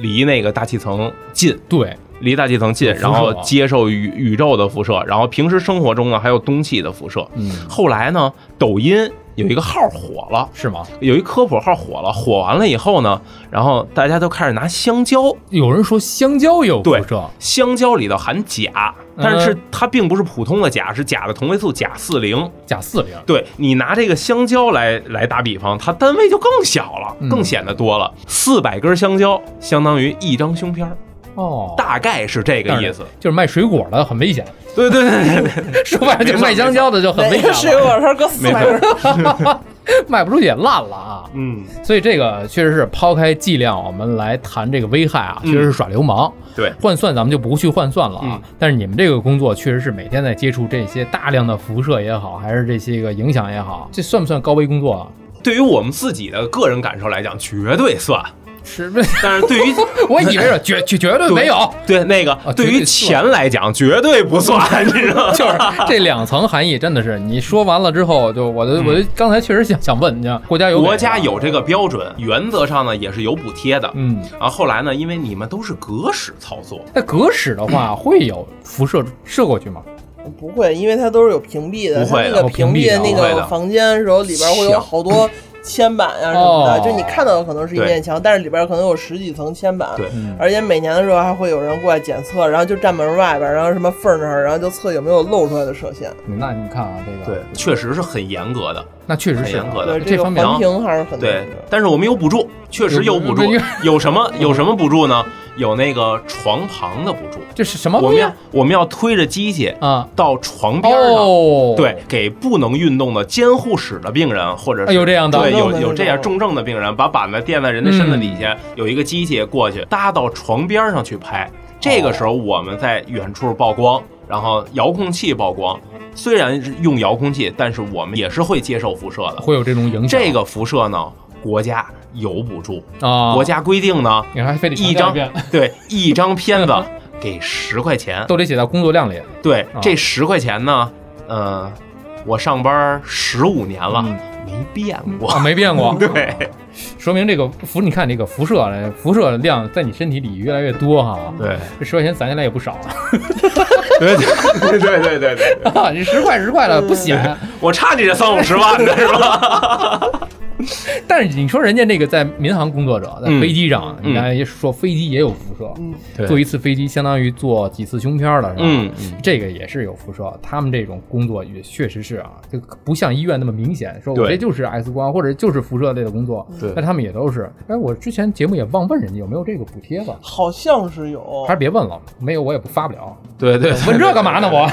Speaker 1: 离那个大气层近，
Speaker 3: 对，
Speaker 1: 离大气层近，
Speaker 3: 辐射
Speaker 1: 然
Speaker 3: 啊
Speaker 1: 后接受宇宇宙的辐射，然后平时生活中呢还有氡气的辐射。
Speaker 3: 嗯，
Speaker 1: 后来呢，抖音有一个号火了，
Speaker 3: 是吗？
Speaker 1: 有一科普号火了，火完了以后呢，然后大家都开始拿香蕉，
Speaker 3: 有人说香蕉有辐射，
Speaker 1: 香蕉里头含钾，但
Speaker 3: 嗯
Speaker 1: 是它并不是普通的钾，是钾的同位素钾四零。
Speaker 3: 假四零，
Speaker 1: 对你拿这个香蕉来来打比方，它单位就更小了
Speaker 3: 嗯，
Speaker 1: 更显得多了。四百根香蕉相当于一张胸片儿，
Speaker 3: 哦，
Speaker 1: 大概是这个意思。
Speaker 3: 就是卖水果的很危险，
Speaker 1: 对对对对对，
Speaker 3: 说白了就是卖香蕉的就很
Speaker 2: 哪
Speaker 3: 危
Speaker 2: 个水
Speaker 3: 险
Speaker 2: 果摊搁四百根儿？
Speaker 3: 了，卖不出去也烂了啊。
Speaker 1: 嗯，
Speaker 3: 所以这个确实是抛开剂量，我们来谈这个危害啊，确
Speaker 1: 嗯
Speaker 3: 实是耍流氓。
Speaker 1: 对，
Speaker 3: 换算咱们就不去换算了啊
Speaker 1: 嗯。
Speaker 3: 但是你们这个工作确实是每天在接触这些大量的辐射也好，还是这些个影响也好，这算不算高危工作啊？
Speaker 1: 对于我们自己的个人感受来讲，绝对算。
Speaker 3: 是不是？
Speaker 1: 但是对于
Speaker 3: 我以为是绝绝绝对
Speaker 1: 对
Speaker 3: 没有，
Speaker 1: 对，那个、
Speaker 3: 啊
Speaker 1: 对
Speaker 3: 绝对
Speaker 1: 于钱来讲，绝对不算，你知道吗？
Speaker 3: 就是这两层含义真的是，你说完了之后，就我就我就刚才确实想想问你，国家有
Speaker 1: 嗯国家有这个标准，原则上呢也是有补贴的。
Speaker 3: 嗯，
Speaker 1: 啊，后来呢，因为你们都是格式操作，
Speaker 3: 那隔室的话
Speaker 1: 嗯
Speaker 3: 会有辐射射过去吗？
Speaker 2: 不会，因为它都是有屏蔽的，
Speaker 1: 不会
Speaker 2: 它
Speaker 1: 的
Speaker 2: 那个
Speaker 3: 哦屏
Speaker 2: 屏
Speaker 3: 蔽
Speaker 2: 蔽
Speaker 3: 的
Speaker 2: 那
Speaker 1: 不会
Speaker 2: 个
Speaker 1: 的
Speaker 2: 房间的时候，里边会有
Speaker 1: 墙
Speaker 2: 好多铅板啊呀、什么
Speaker 3: 哦
Speaker 2: 的，就你看到的可能是一
Speaker 1: 对
Speaker 2: 面墙，但是里边可能有十几层铅板。
Speaker 1: 对
Speaker 3: 嗯
Speaker 2: 而且每年的时候还会有人过来检测，然后就站门外边，然后什么缝儿那儿，然后就测有没有露出来的射线。
Speaker 3: 那你看啊，这个，
Speaker 1: 确实是很严格的，
Speaker 3: 那确实
Speaker 1: 很
Speaker 3: 是
Speaker 1: 严格的。
Speaker 2: 这
Speaker 3: 呃这
Speaker 2: 个
Speaker 3: 方面
Speaker 2: 环评还是很
Speaker 1: 对
Speaker 2: 那个，
Speaker 1: 但是我们有补助，确实有补助
Speaker 3: 有有。
Speaker 1: 有什么有什么补助呢？有那个床旁的补助，
Speaker 3: 这是什么
Speaker 1: 我
Speaker 3: 东
Speaker 1: 们
Speaker 3: 西
Speaker 1: 要我们要推着机器
Speaker 3: 啊？
Speaker 1: 到床边儿呢。
Speaker 3: 哦，
Speaker 1: 对，，给不能运动的监护室的病人，或者
Speaker 3: 啊
Speaker 1: 是
Speaker 3: 有这样的
Speaker 1: 对，
Speaker 2: 重症的
Speaker 1: 有有
Speaker 2: 那
Speaker 1: 这样
Speaker 2: 种
Speaker 1: 重症的病人，把板子垫在人的身子底下，有一个机器过去搭到床边上去拍。这个时候我们在远处曝光，然后遥控器曝光。虽然是用遥控器，但是我们也是会接受辐射的。
Speaker 3: 会有这种影响。
Speaker 1: 这个辐射呢，国家有补助，
Speaker 3: 啊，
Speaker 1: 国家规定 呢，
Speaker 3: 你还非得强
Speaker 1: 一
Speaker 3: 调
Speaker 1: 张
Speaker 3: 遍
Speaker 1: 对一张片子给十块钱，
Speaker 3: 都得写到工作量里。
Speaker 1: 对
Speaker 3: 啊，
Speaker 1: 这十块钱呢，呃，我上班十五年了，
Speaker 3: 嗯
Speaker 1: 没变
Speaker 3: 啊，
Speaker 1: 过。，
Speaker 3: 没变过
Speaker 1: 对
Speaker 3: 说明这个辐，你看这个辐射，辐射量在你身体里越来越多哈。
Speaker 1: 对
Speaker 3: 这十块钱攒下来也不少啊
Speaker 1: 对对对对对对，
Speaker 3: 啊，你十块十块的不写，
Speaker 1: 我差你这三五十万的是吧？
Speaker 3: 但是你说人家那个在民航工作者在
Speaker 1: 嗯
Speaker 3: 飞机上，
Speaker 1: 嗯
Speaker 3: 你刚才也说飞机也有辐射，
Speaker 2: 嗯，
Speaker 1: 对
Speaker 3: 坐一次飞机相当于坐几次胸片了，是吧？
Speaker 1: 嗯
Speaker 3: 这个也是有辐射，他们这种工作也确实是啊，就不像医院那么明显，说我
Speaker 1: 对
Speaker 3: 这就是 X 光或者就是辐射类的工作，
Speaker 1: 对
Speaker 3: 但他们也都是。哎，我之前节目也忘问人家有没有这个补贴吧，
Speaker 2: 好像是有
Speaker 3: 还是，别问了，没有我也不发不了，
Speaker 1: 对对，
Speaker 3: 问这干嘛呢？我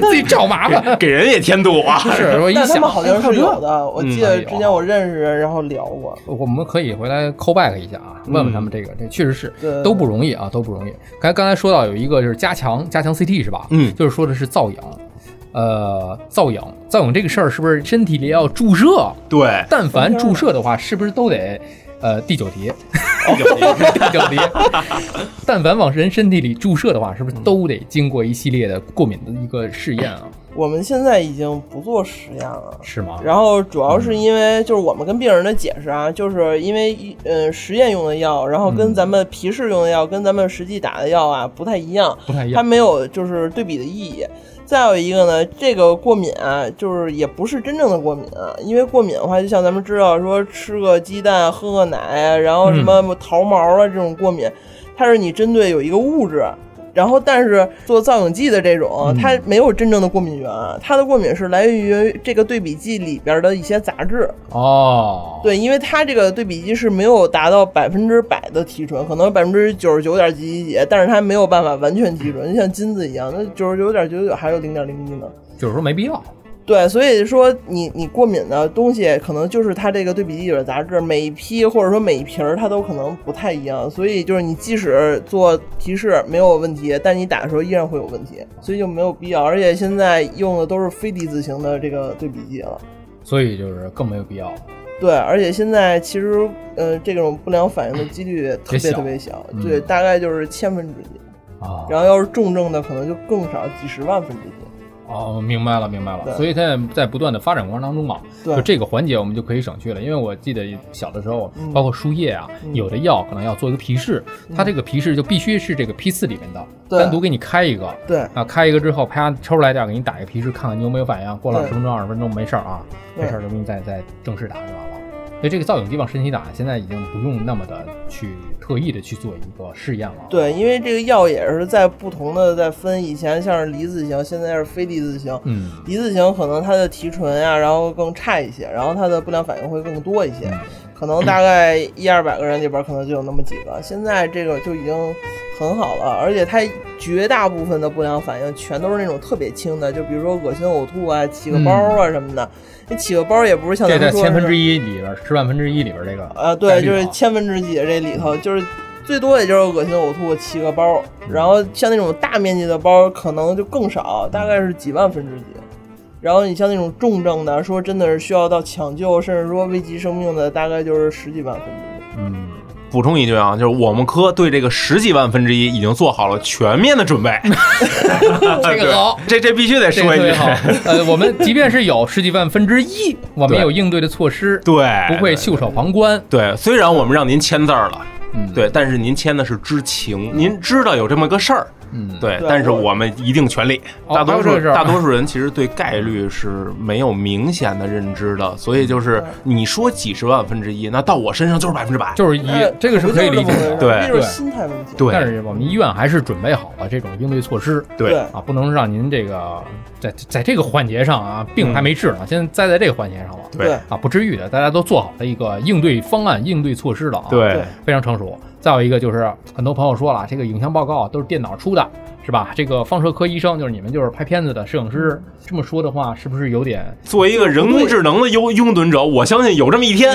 Speaker 3: 自己找麻烦。
Speaker 1: 给人也添堵 啊。
Speaker 3: 是，我一
Speaker 2: 但他
Speaker 3: 想，
Speaker 2: 们好像
Speaker 3: 哎靠
Speaker 2: 是
Speaker 3: 这
Speaker 2: 有的，我记得
Speaker 3: 哎有
Speaker 2: 之前我认识人，然后聊过，
Speaker 3: 我们可以回来 call back 一下啊，问问他们这个，这确实是
Speaker 2: 嗯对
Speaker 3: 都不容易啊，都不容易。刚才刚才说到有一个就是加强加强 CT 是吧？
Speaker 1: 嗯
Speaker 3: 就是说的是造影，呃，造影造影这个事儿是不是身体里要注射？
Speaker 1: 对，
Speaker 3: 但凡注射的话，是不是都得呃第九 题？
Speaker 1: 哦
Speaker 3: 第九题，但凡往人身体里注射的话，是不是都得经过一系列的过敏的一个试验啊？
Speaker 2: 我们现在已经不做实验了。
Speaker 3: 是吗？
Speaker 2: 嗯然后主要是因为就是我们跟病人的解释啊，就是因为一呃实验用的药，然后跟咱们皮试用的药，跟咱们实际打的药啊不太一样，
Speaker 3: 不太一
Speaker 2: 它
Speaker 3: 样。
Speaker 2: 没有就是对比的意义。再有一个呢，这个过敏啊，就是也不是真正的过敏啊，因为过敏的话，就像咱们知道说吃个鸡蛋、喝个奶，啊然后什么
Speaker 3: 嗯
Speaker 2: 桃毛啊这种过敏，它是你针对有一个物质。然后，但是做造影剂的这种，
Speaker 3: 嗯
Speaker 2: 它没有真正的过敏源，它的过敏是来源于这个对比剂里边的一些杂质。
Speaker 3: 哦，
Speaker 2: 对，因为它这个对比剂是没有达到百分之百的提纯，可能百分之九十九点几几几，但是它没有办法完全提纯，就像金子一样，那九十九点九九还有零点零一呢。
Speaker 3: 就是说没必要。
Speaker 2: 对，所以说你你过敏的东西，可能就是它这个对比剂里的杂质，每一批或者说每一瓶儿它都可能不太一样，所以就是你即使做提示没有问题，但你打的时候依然会有问题，所以就没有必要。而且现在用的都是非滴字型的这个对比剂了。
Speaker 3: 所以就是更没有必要了。
Speaker 2: 对，而且现在其实，呃，这种不良反应的几率特
Speaker 3: 小
Speaker 2: 别特别小，
Speaker 3: 嗯
Speaker 2: 对，大概就是千分之一。
Speaker 3: 啊，
Speaker 2: 然后要是重症的，可能就更少，几十万分之一。
Speaker 3: 哦，明白了，明白了。
Speaker 2: 对
Speaker 3: 所以在在不断的发展过程当中嘛，
Speaker 2: 对
Speaker 3: 就这个环节我们就可以省去了。因为我记得小的时候，
Speaker 2: 嗯
Speaker 3: 包括输液啊，
Speaker 2: 嗯
Speaker 3: 有的药可能要做一个皮试，它这个皮试就必须是这个批次里面的，
Speaker 2: 对
Speaker 3: 单独给你开一个。
Speaker 2: 对，
Speaker 3: 啊，开一个之后，啪抽出来点儿，给你打一个皮试，看看你有没有反应。过了
Speaker 2: 对
Speaker 3: 十分钟、二十分钟，没事儿啊，
Speaker 2: 对
Speaker 3: 没事儿就给你再再正式打就完了。所以这个造影剂往身体打，现在已经不用那么的去特意的去做一个试验了。
Speaker 2: 对，因为这个药也是在不同的在分，以前像是离子型，现在是非离子型。
Speaker 3: 嗯，
Speaker 2: 离子型可能它的提纯呀、然后更差一些，然后它的不良反应会更多一
Speaker 3: 嗯
Speaker 2: 些，可能大概一二百个人里边可能就有那么几个。现在这个就已经很好了，而且它绝大部分的不良反应全都是那种特别轻的，就比如说恶心、呕吐啊、起个包啊什么的。那起个包也不是像
Speaker 3: 这
Speaker 2: 咱们
Speaker 3: 在
Speaker 2: 说
Speaker 3: 千分之
Speaker 2: 一，
Speaker 3: 一里边儿，十万分之一里边儿这个
Speaker 2: 呃，对，
Speaker 3: 概率
Speaker 2: 就是
Speaker 3: 啊
Speaker 2: 千分之几这里头就是。最多也就是恶心、呕吐、起个包，然后像那种大面积的包，可能就更少，大概是几万分之几。然后你像那种重症的，说真的是需要到抢救，甚至说危及生命的，大概就是十几万分之一。
Speaker 3: 嗯。
Speaker 1: 补充一句啊，就是我们科对这个十几万分之一已经做好了全面的准备。
Speaker 3: 这个好，
Speaker 1: 这这必须得
Speaker 3: 这个
Speaker 1: 说一
Speaker 3: 特别
Speaker 1: 句
Speaker 3: 好。呃，我们即便是有十几万分之一，我们也有应对的措施，
Speaker 1: 对，
Speaker 3: 不会袖手旁观。
Speaker 1: 对。虽然我们让您签字儿了，
Speaker 3: 嗯，，
Speaker 1: 对，但是您签的是知情，您知道有这么个事儿，
Speaker 3: 嗯，
Speaker 1: 对
Speaker 2: 对。
Speaker 1: 但是
Speaker 2: 我
Speaker 1: 我们一定全力。
Speaker 3: 哦
Speaker 1: 大多
Speaker 3: 还有
Speaker 1: 数
Speaker 3: 这事儿
Speaker 1: 大多数人其实对概率是没有明显的认知的，所以就是
Speaker 3: 嗯
Speaker 1: 你说几十万分之一，那到我身上就是百分之百。
Speaker 3: 就是以
Speaker 2: 哎
Speaker 3: 这个是可以理解的，
Speaker 1: 对
Speaker 2: 这就是心态问题。
Speaker 1: 对
Speaker 3: 但是我们医院还是准备好了这种应对措施
Speaker 1: 对
Speaker 3: 啊，不能让您这个在在这个环节上啊，病还没治
Speaker 1: 嗯
Speaker 3: 呢，现在栽在这个环节上了
Speaker 2: 对，
Speaker 3: 啊，不至于的，大家都做好了一个应对方案、应对措施了啊。
Speaker 1: 对
Speaker 2: 对
Speaker 3: 非常成熟。再有一个就是，很多朋友说了，这个影像报告都是电脑出的，是吧？这个放射科医生就是你们就是拍片子的摄影师。这么说的话，是不是有点
Speaker 1: 作为一个人工智能的拥拥趸者，我相信有这么一 天。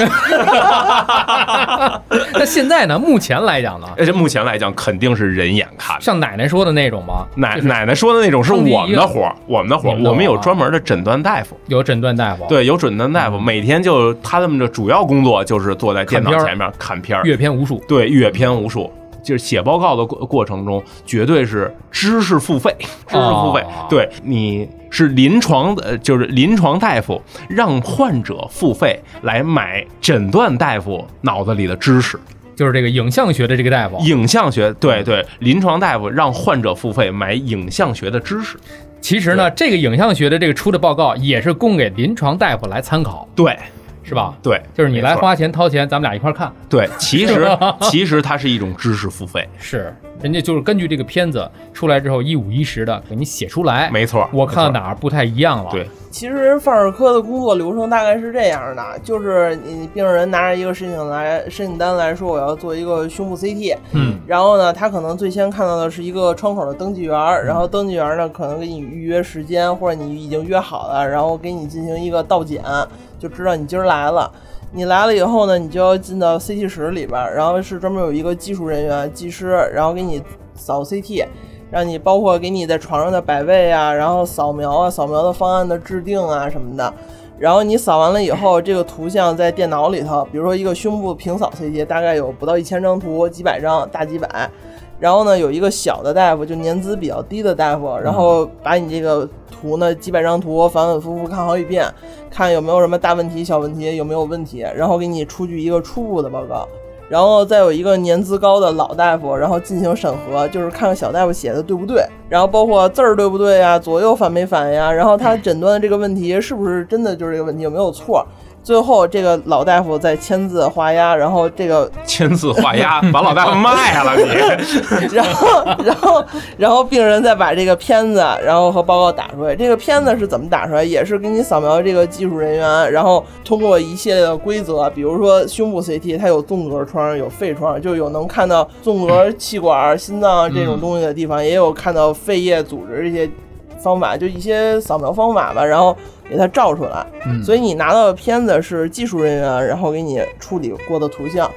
Speaker 3: 那现在呢？目前来讲呢，
Speaker 1: 而且目前来讲，肯定是人眼看的。
Speaker 3: 像奶奶说的那种吧，
Speaker 1: 奶奶奶说的那种是
Speaker 3: 当地医
Speaker 1: 我们的
Speaker 3: 院
Speaker 1: 活儿，我们的活儿，
Speaker 3: 你们的
Speaker 1: 我们有
Speaker 3: 活儿啊
Speaker 1: 专门的诊断大夫，
Speaker 3: 有诊断大夫，，
Speaker 1: 对，有准男大夫，每天就他们的主要工作就是坐在电脑
Speaker 3: 嗯看片儿
Speaker 1: 前面看片儿，
Speaker 3: 阅片无数，
Speaker 1: 对阅片无数。就是写报告的过过程中，绝对是知识付费，知识付费。
Speaker 3: 哦
Speaker 1: 对，你是临床的，呃就是临床大夫让患者付费来买诊断大夫脑子里的知识，
Speaker 3: 就是这个影像学的这个大夫。
Speaker 1: 影像学。
Speaker 3: 嗯
Speaker 1: 对对，临床大夫让患者付费买影像学的知识。
Speaker 3: 其实呢，这个影像学的这个出的报告也是供给临床大夫来参考。
Speaker 1: 对，
Speaker 3: 是吧？
Speaker 1: 对，
Speaker 3: 就是你来
Speaker 1: 没错
Speaker 3: 花钱掏钱，咱们俩一块儿看。
Speaker 1: 对，其 实
Speaker 3: 吧
Speaker 1: 其实它是一种知识付费，
Speaker 3: 是，人家就是根据这个片子出来之后一五一十的给你写出来。
Speaker 1: 没错
Speaker 3: 我看到
Speaker 1: 没错
Speaker 3: 哪儿不太一样了。
Speaker 1: 对，
Speaker 2: 其实范尔科的工作流程大概是这样的，就是你病人拿着一个申请来申请单来说，我要做一个胸部 CT，
Speaker 3: 嗯，
Speaker 2: 然后呢，他可能最先看到的是一个窗口的登记员儿，然后登记员儿呢可能给你预约时间，或者你已经约好了，然后给你进行一个倒检，就知道你今儿来了。你来了以后呢，你就要进到 CT 室里边儿，然后是专门有一个技术人员、技师，然后给你扫 CT，让你包括给你在床上的摆位啊，然后扫描啊、扫描的方案的制定啊什么的。然后你扫完了以后，这个图像在电脑里头，比如说一个胸部平扫 CT，大概有不到一千张图，几百张，大几百。然后呢，有一个小的大夫，就年资比较低的大夫，然后把你这个图呢，几百张图反反复复看好几遍，看有没有什么大问题、小问题，有没有问题，然后给你出具一个初步的报告。然后再有一个年资高的老大夫，然后进行审核，就是看看小大夫写的对不对，然后包括字儿对不对呀，左右反没反呀，然后他诊断的这个问题是不是真的就是这个问题，有没有错？最后这个老大夫再签字画押，然后这个
Speaker 1: 签字画押， 把老大夫卖了你。
Speaker 2: 然后，然后，然后病人再把这个片子，然后和报告打出来。这个片子是怎么打出来？也是给你扫描这个技术人员，然后通过一系列的规则，比如说胸部 CT，它有纵隔窗，有肺窗，就有能看到纵隔气管、心脏这种东西的地方，也有看到肺叶组织这些方法，就一些扫描方法吧，然后给它照出来。
Speaker 3: 嗯，
Speaker 2: 所以你拿到的片子是技术人员，然后给你处理过的图像。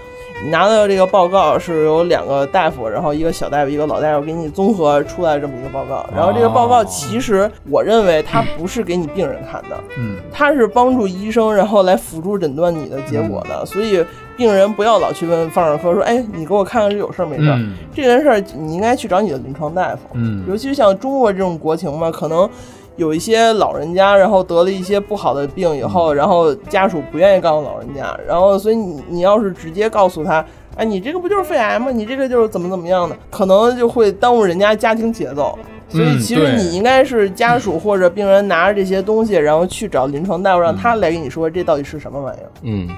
Speaker 2: 你拿到这个报告是有两个大夫，然后一个小大夫，一个老大夫，给你综合出来这么一个报告。然后这个报告
Speaker 3: 哦
Speaker 2: 其实我认为它不是给你病人看的，
Speaker 3: 嗯，
Speaker 2: 它是帮助医生，然后来辅助诊断你的结果
Speaker 3: 嗯
Speaker 2: 的。所以病人不要老去问放射科说：“哎，你给我看看是有事儿没事儿。
Speaker 3: 嗯
Speaker 2: 这件事儿你应该去找你的临床大夫。
Speaker 3: 嗯
Speaker 2: 尤其是像中国这种国情嘛，可能有一些老人家，然后得了一些不好的病以后，
Speaker 3: 嗯
Speaker 2: 然后家属不愿意告诉老人家，然后所以你你要是直接告诉他，哎，你这个不就是肺癌吗？你这个就是怎么怎么样的，可能就会耽误人家家庭节奏。所以
Speaker 3: 嗯
Speaker 2: 其实
Speaker 3: 对嗯
Speaker 2: 你应该是家属或者病人拿着这些东西，然后去找临床大夫，让
Speaker 3: 嗯
Speaker 2: 他来给你说这到底是什么玩意儿。
Speaker 1: 嗯，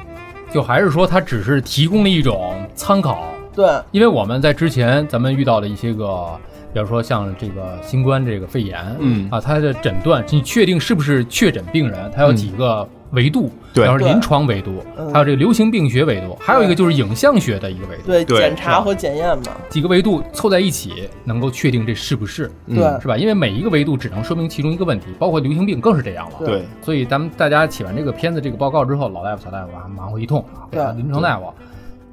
Speaker 3: 就还是说它只是提供了一种参考，
Speaker 2: 对，
Speaker 3: 因为我们在之前咱们遇到了一些个，比如说像这个新冠这个肺炎，
Speaker 1: 嗯
Speaker 3: 啊，它的诊断你确定是不是确诊病人，它有几个维度，
Speaker 1: 嗯对
Speaker 3: 然后
Speaker 2: 对
Speaker 3: 临床维度，
Speaker 2: 嗯
Speaker 3: 还有这个流行病学维度，还有一个就是影像学的一个维度，
Speaker 2: 对，
Speaker 1: 对
Speaker 2: 检查和检验嘛，
Speaker 3: 几个维度凑在一起能够确定这是不是，
Speaker 1: 嗯
Speaker 2: 对
Speaker 3: 是吧？因为每一个维度只能说明其中一个问题，包括流行病更是这样了。
Speaker 2: 对
Speaker 1: 对，
Speaker 3: 所以咱们大家起完这个片子这个报告之后，老大夫、小大夫啊，忙活一通啊，
Speaker 2: 对
Speaker 3: 临床大夫。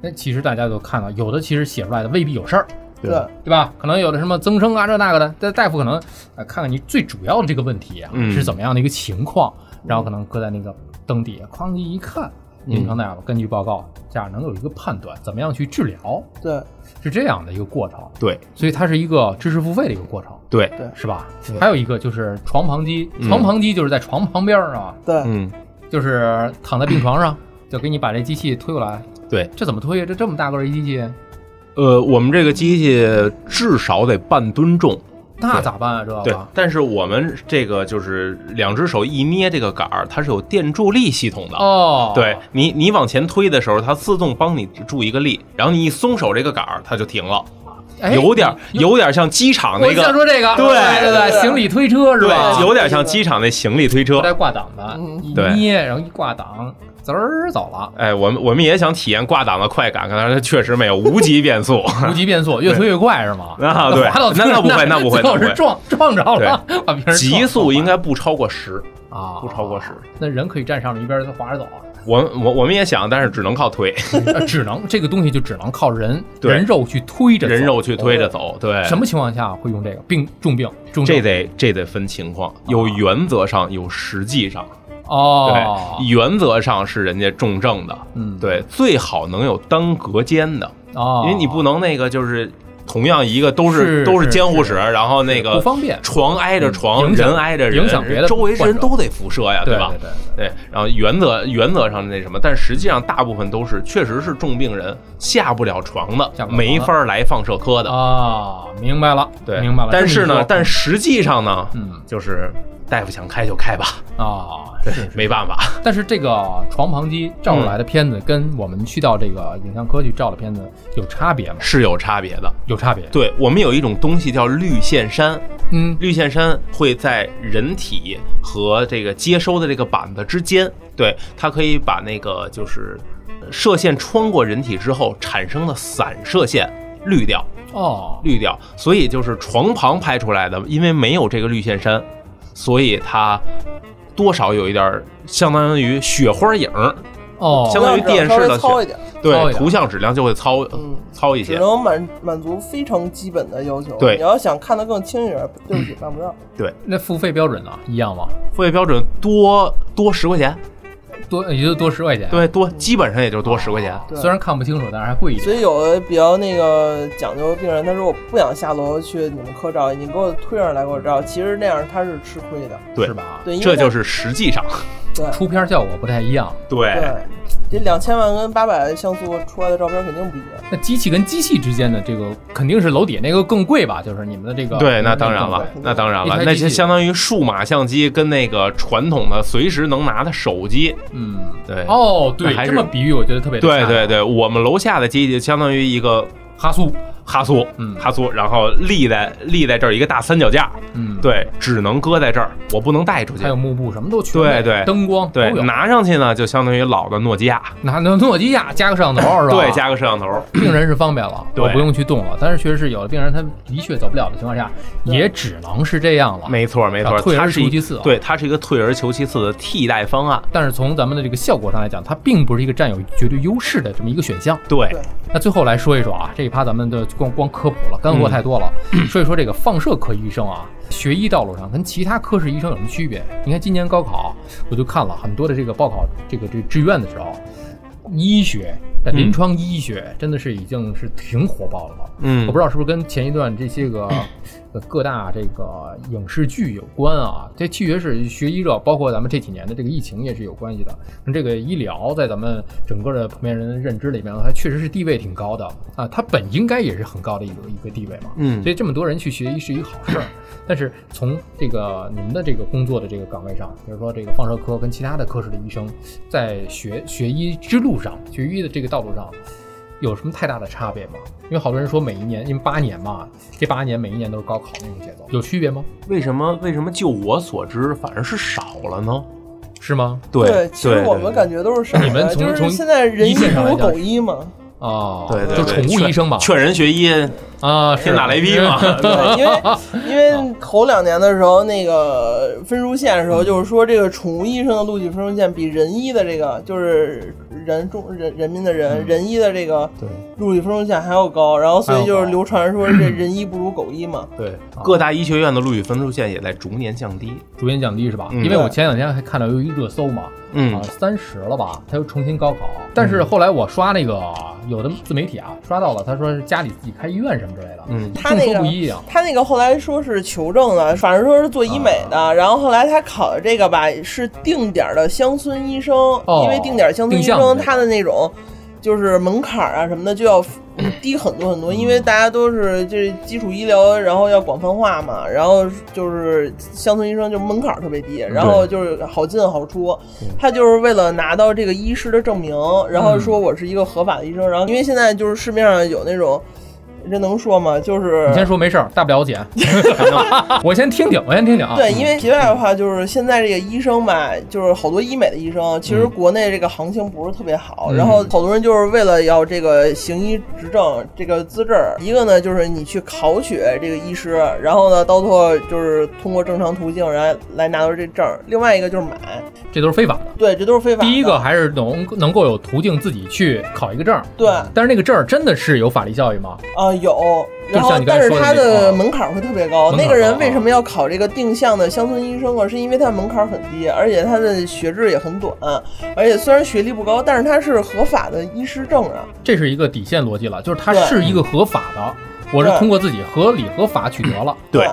Speaker 3: 那其实大家都看到，有的其实写出来的未必有事儿，
Speaker 2: 对，
Speaker 3: 对吧？可能有的什么增生啊，这那个的，但大夫可能呃看看你最主要的这个问题啊、
Speaker 1: 嗯
Speaker 3: 是怎么样的一个情况，然后可能搁在那个灯底下，哐一看，临床
Speaker 1: 嗯
Speaker 3: 大夫根据报告这样能有一个判断，怎么样去治疗，
Speaker 2: 对，
Speaker 3: 是这样的一个过程。
Speaker 1: 对
Speaker 3: 所以它是一个知识付费的一个过程，
Speaker 1: 对，
Speaker 3: 是吧
Speaker 2: 对？
Speaker 3: 还有一个就是床旁机，
Speaker 1: 嗯
Speaker 3: 床旁机就是在床旁边儿啊，
Speaker 2: 对，
Speaker 1: 嗯，
Speaker 3: 就是躺在病床上， 就给你把这机器推过来。
Speaker 1: 对，
Speaker 3: 这怎么推呀？这这么大个儿一机器，
Speaker 1: 呃，我们这个机器至少得半吨重，
Speaker 3: 那咋办啊？这
Speaker 1: 对
Speaker 3: 个，
Speaker 1: 但是我们这个就是两只手一捏这个杆儿，它是有电助力系统的。
Speaker 3: 哦，
Speaker 1: 对你，你往前推的时候，它自动帮你助一个力，然后你一松手这个杆儿，它就停了，
Speaker 3: 哎，
Speaker 1: 有点有点像机场那
Speaker 3: 我就想
Speaker 1: 个，
Speaker 3: 说这个，
Speaker 1: 对
Speaker 3: 对
Speaker 2: 对对
Speaker 3: 行李推车是吧？
Speaker 1: 对，有点像机场那行李推车
Speaker 3: 不。带挂档的，
Speaker 2: 嗯
Speaker 3: 一
Speaker 1: 对
Speaker 3: 捏然后一挂档，滋儿走了。
Speaker 1: 哎，我们我们也想体验挂档的快感，但是它确实没有无级变速。
Speaker 3: 无极变速，越推越快是吗？
Speaker 1: 啊对
Speaker 3: 滑到
Speaker 1: 那那不会那不会
Speaker 3: 最
Speaker 1: 那
Speaker 3: 后
Speaker 1: 不
Speaker 3: 是
Speaker 1: 会
Speaker 3: 撞撞着了，把别人
Speaker 1: 极速应
Speaker 3: 该
Speaker 1: 该不超过十，
Speaker 3: 啊，
Speaker 1: 不超过十。
Speaker 3: 那人可以站上面一边滑着走，
Speaker 1: 我我我们也想，但是只能靠推，
Speaker 3: 呃只能这个东西就只能靠人
Speaker 1: 对
Speaker 3: 人肉去推着走哦
Speaker 1: 人。肉去推着走。对，
Speaker 3: 什么情况下会用这个？病重病重
Speaker 1: 哎这
Speaker 3: 症
Speaker 1: 得这得分情况，有原则上，有实际上。
Speaker 3: 哦
Speaker 1: 对，，原则上是人家重症的，
Speaker 3: 嗯
Speaker 1: 对，最好能有单隔间的，
Speaker 3: 哦，
Speaker 1: 因为你不能那个就是同样一个都
Speaker 3: 是
Speaker 1: 都是
Speaker 3: 是
Speaker 1: 监护
Speaker 3: 是
Speaker 1: 室，然后那
Speaker 3: 不
Speaker 1: 个
Speaker 3: 方便，嗯
Speaker 1: 床挨着床，
Speaker 3: 影响
Speaker 1: 人挨着人，
Speaker 3: 影响别的
Speaker 1: 周围
Speaker 3: 患
Speaker 1: 人
Speaker 3: 者
Speaker 1: 都得辐射呀，
Speaker 3: 对
Speaker 1: 吧？
Speaker 3: 对，
Speaker 1: 啊对，然后原则原则上那什么，但实际上大部分都是确实是重病人下不了床的，
Speaker 3: 下不了床的
Speaker 1: 没法儿来放射科的，
Speaker 3: 啊，明白了，
Speaker 1: 对，
Speaker 3: 明白了。
Speaker 1: 但是
Speaker 3: 这么一
Speaker 1: 呢
Speaker 3: 说，
Speaker 1: 但实际上呢，
Speaker 3: 嗯，
Speaker 1: 就是大夫想开就开吧，
Speaker 3: 啊，
Speaker 1: 对
Speaker 3: 是是，
Speaker 1: 没办法。
Speaker 3: 但是这个床旁击照出来的片子，跟我们去到这个影像科去照的片子有差别吗？
Speaker 1: 是有差别的。
Speaker 3: 有差别。
Speaker 1: 嗯对我们有一种东西叫绿线杉，
Speaker 3: 嗯，
Speaker 1: 绿线杉会在人体和这个接收的这个板子之间，对它可以把那个就是射线穿过人体之后产生的散射线滤掉，
Speaker 3: 哦，
Speaker 1: 滤掉。所以就是床旁拍出来的，因为没有这个绿线杉，所以它多少有一点儿相当于雪花影儿，
Speaker 3: 哦，
Speaker 1: 相当于电视的
Speaker 2: 稍微糙一点，
Speaker 3: 糙
Speaker 1: 对
Speaker 3: 一点
Speaker 1: 图像质量就会糙
Speaker 2: 嗯
Speaker 1: 糙一
Speaker 2: 只
Speaker 1: 些。
Speaker 2: 能满满足非常基本的要求。
Speaker 1: 对嗯
Speaker 2: 你要想看得更清一点，对不起，办不到。
Speaker 3: 那付费标准呢？一样吗？
Speaker 1: 付费标准多多十块钱，
Speaker 3: 多也就多十块钱。，
Speaker 1: 对，哦多基本上也就多十块钱。
Speaker 2: 对
Speaker 3: 虽然看不清楚，但是还贵一点。
Speaker 2: 所以有的比较那个讲究的病人，他说我不想下楼去你们科照，你给我推上来给我照。其实那样他是吃亏的，
Speaker 1: 对
Speaker 3: 是吧？
Speaker 2: 对，因为
Speaker 1: 这
Speaker 2: 他
Speaker 1: 就是实际上，
Speaker 2: 对
Speaker 3: 出片效果不太一样。
Speaker 1: 对
Speaker 2: 对，这两千万跟八百像素出来的照片肯定不一样。
Speaker 3: 那机器跟机器之间的这个肯定是楼底那个更贵吧？就是你们的这个
Speaker 1: 对，那当然
Speaker 3: 更贵
Speaker 1: 了，嗯那当然
Speaker 3: 一
Speaker 1: 了，
Speaker 3: 台
Speaker 1: 那
Speaker 3: 机器
Speaker 1: 些相当于数码相机跟那个传统的随时能拿的手机，
Speaker 3: 嗯，
Speaker 1: 对，
Speaker 3: 哦，对，
Speaker 1: 那还
Speaker 3: 这
Speaker 1: 是
Speaker 3: 么比喻我觉得特别的
Speaker 1: 对
Speaker 3: 恰当
Speaker 1: 对，对，我们楼下的机器相当于一个
Speaker 3: 哈苏，
Speaker 1: 哈苏，
Speaker 3: 嗯
Speaker 1: 哈苏，然后立在立在这儿一个大三脚架，
Speaker 3: 嗯，，
Speaker 1: 对，只能搁在这儿，我不能带出去
Speaker 3: 还有。幕布什么都全
Speaker 1: 对
Speaker 3: 备
Speaker 1: 对
Speaker 3: 灯光
Speaker 1: 对，
Speaker 3: 都有
Speaker 1: 拿上去呢，就相当于老的诺基亚，
Speaker 3: 拿拿诺基亚加个摄像头是吧？啊
Speaker 1: 对，加个摄像头，
Speaker 3: 病人是方便了，
Speaker 1: 对
Speaker 3: 我不用去动了。但是确实是有的病人他的确走不了的情况下，
Speaker 2: 对
Speaker 3: 也只能是这样了。
Speaker 1: 没错没错
Speaker 3: 啊，退而
Speaker 1: 它是
Speaker 3: 求
Speaker 1: 一
Speaker 3: 其次啊
Speaker 1: 对，它是一个退而求其次的替代方案，
Speaker 3: 但是从咱们的这个效果上来讲，它并不是一个占有绝对优势的这么一个选项。
Speaker 1: 对
Speaker 2: 对
Speaker 3: 那最后来说一说啊，这一趴咱们就光光科普了，干货太多了。 说一说这个放射科医生啊，学医道路上跟其他科室医生有什么区别？你看今年高考，我就看了很多的这个报考这个这个志愿的时候，医学在临床医学真的是已经是挺火爆了。
Speaker 1: 嗯
Speaker 3: 我不知道是不是跟前一段这些个呃各大这个影视剧有关啊？这其实是学医热，包括咱们这几年的这个疫情也是有关系的。跟这个医疗在咱们整个的普遍人的认知里面，它确实是地位挺高的啊，它本应该也是很高的一个一个地位嘛。
Speaker 1: 嗯
Speaker 3: 所以这么多人去学医是一个好 事儿。但是从这个你们的这个工作的这个岗位上，比如说这个放射科跟其他的科室的医生，在学学医之路上，学医的这个道路上，有什么太大的差别吗？因为好多人说每一年，因为八年嘛，这八年每一年都是高考那种节奏，有区别吗？
Speaker 1: 为什么为什么就我所知反而是少了呢？
Speaker 3: 是吗？
Speaker 1: 对
Speaker 2: 其实我们感觉都是少
Speaker 3: 你们
Speaker 2: 的，
Speaker 3: 从
Speaker 2: 就是
Speaker 3: 从
Speaker 2: 现在人
Speaker 3: 一
Speaker 2: 医
Speaker 3: 线上
Speaker 2: 不如
Speaker 3: 来讲
Speaker 2: 狗医嘛。
Speaker 3: 哦，
Speaker 1: 对对
Speaker 3: 就
Speaker 1: 对
Speaker 3: 宠物
Speaker 1: 劝
Speaker 3: 医生嘛，
Speaker 1: 劝人学医
Speaker 3: 啊，是
Speaker 1: 天打雷劈嘛，
Speaker 2: 对， 因为因为头两年的时候，那个分数线的时候，就是说这个宠物医生的录取分数线比人医的这个，就是人中人人民的人、人医的这个
Speaker 1: 对
Speaker 2: 录取分数线还要高，然后所以就
Speaker 3: 嗯还要
Speaker 2: 是
Speaker 3: 高
Speaker 2: 流传说这人医不如狗医嘛。
Speaker 1: 对，
Speaker 3: 啊
Speaker 1: 各大医学院的录取分数线也在逐年降低。
Speaker 3: 逐渐降低是吧？
Speaker 1: 嗯
Speaker 3: 因为我前两天还看到有一热搜嘛，
Speaker 1: 嗯
Speaker 3: 啊，三十了吧，他又重新高考。但是后来我刷那个有的自媒体啊，刷到了，他说是家里自己开医院什么之类的，
Speaker 1: 嗯
Speaker 2: 他那
Speaker 3: 众
Speaker 2: 个
Speaker 3: 说不一啊。
Speaker 2: 他那个后来说是求证的，反正说是做医美的，
Speaker 3: 啊
Speaker 2: 然后后来他考的这个吧是定点儿的乡村医生，
Speaker 3: 哦
Speaker 2: 因为定点儿乡村医
Speaker 3: 定向
Speaker 2: 生
Speaker 3: 的
Speaker 2: 他的那种就是门槛儿啊什么的就要 低很多很多，因为大家都是这基础医疗，然后要广泛化嘛，然后就是乡村医生就门槛儿特别低，然后就是好进好出，他就是为了拿到这个医师的证明，然后
Speaker 3: 嗯
Speaker 2: 说我是一个合法的医生，然后因为现在就是市面上有那种。这能说吗？就是
Speaker 3: 你先说没事儿，大不 了减。我先听听，我先听听啊。
Speaker 2: 对，因为题外的话就是现在这个医生吧，就是好多医美的医生，其实国内这个行情不是特别好，
Speaker 3: 嗯
Speaker 2: 然后好多人就是为了要这个行医执证这个资质，一个呢就是你去考取这个医师，然后呢到最后就是通过正常途径，然后来拿到这证儿，另外一个就是买，
Speaker 3: 这都是非法的。
Speaker 2: 对，这都是非法的。
Speaker 3: 第一个还是能能够有途径自己去考一个证儿，
Speaker 2: 对
Speaker 3: 但是那个证儿真的是有法律效益吗？
Speaker 2: 啊、有，
Speaker 3: 就
Speaker 2: 然后
Speaker 3: 像你刚
Speaker 2: 但
Speaker 3: 才
Speaker 2: 是
Speaker 3: 说的
Speaker 2: 他
Speaker 3: 那种啊
Speaker 2: 的门槛儿会特别高。
Speaker 3: 门
Speaker 2: 那
Speaker 3: 槛儿
Speaker 2: 个人
Speaker 3: 高啊
Speaker 2: 为什么要考这个定向的乡村医生啊？是因为他的门槛儿很低，而且他的学制也很短，而且虽然学历不高，但是他是合法的医师证啊。
Speaker 3: 这是一个底线逻辑了，就是它
Speaker 2: 对
Speaker 3: 是一个合法的，我是
Speaker 2: 对
Speaker 3: 通过自己合理合法取得了。
Speaker 1: 对，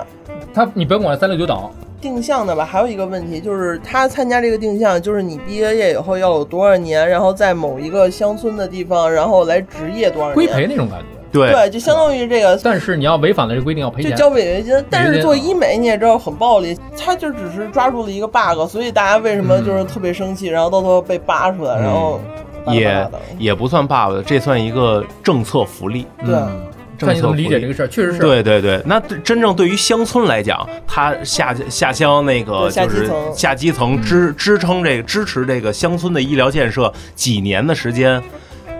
Speaker 3: 他你甭管三六九等，
Speaker 2: 定向的吧，还有一个问题就是，他参加这个定向，就是你毕了业以后要有多少年，然后在某一个乡村的地方，然后来执业多少
Speaker 3: 规
Speaker 2: 年。
Speaker 3: 培那种感觉。
Speaker 1: 对
Speaker 2: 对，就相当于这个
Speaker 3: 但是你要违反了这规定要赔
Speaker 2: 就
Speaker 3: 钱。
Speaker 2: 交违约金，但
Speaker 3: 违约
Speaker 2: 是
Speaker 3: 金
Speaker 2: 做
Speaker 3: 啊
Speaker 2: 医美你也知道很暴力，他就只是抓住了一个 bug，所以大家为什么就是特别生气，然后到最后被扒出来，然后巴拉巴拉
Speaker 1: 也
Speaker 2: 的
Speaker 1: 也不算 bug，这算一个政策福利。
Speaker 2: 对
Speaker 3: 嗯，
Speaker 1: 政
Speaker 3: 看你怎么
Speaker 1: 策
Speaker 3: 理
Speaker 1: 福
Speaker 3: 解
Speaker 1: 利
Speaker 3: 这个事儿，确实是。
Speaker 1: 对对对，那对真正对于乡村来讲，它下下乡那个
Speaker 2: 对下
Speaker 1: 就
Speaker 2: 基
Speaker 1: 是
Speaker 2: 层嗯
Speaker 1: 下基层支支撑这个支持这个乡村的医疗建设几年的时间，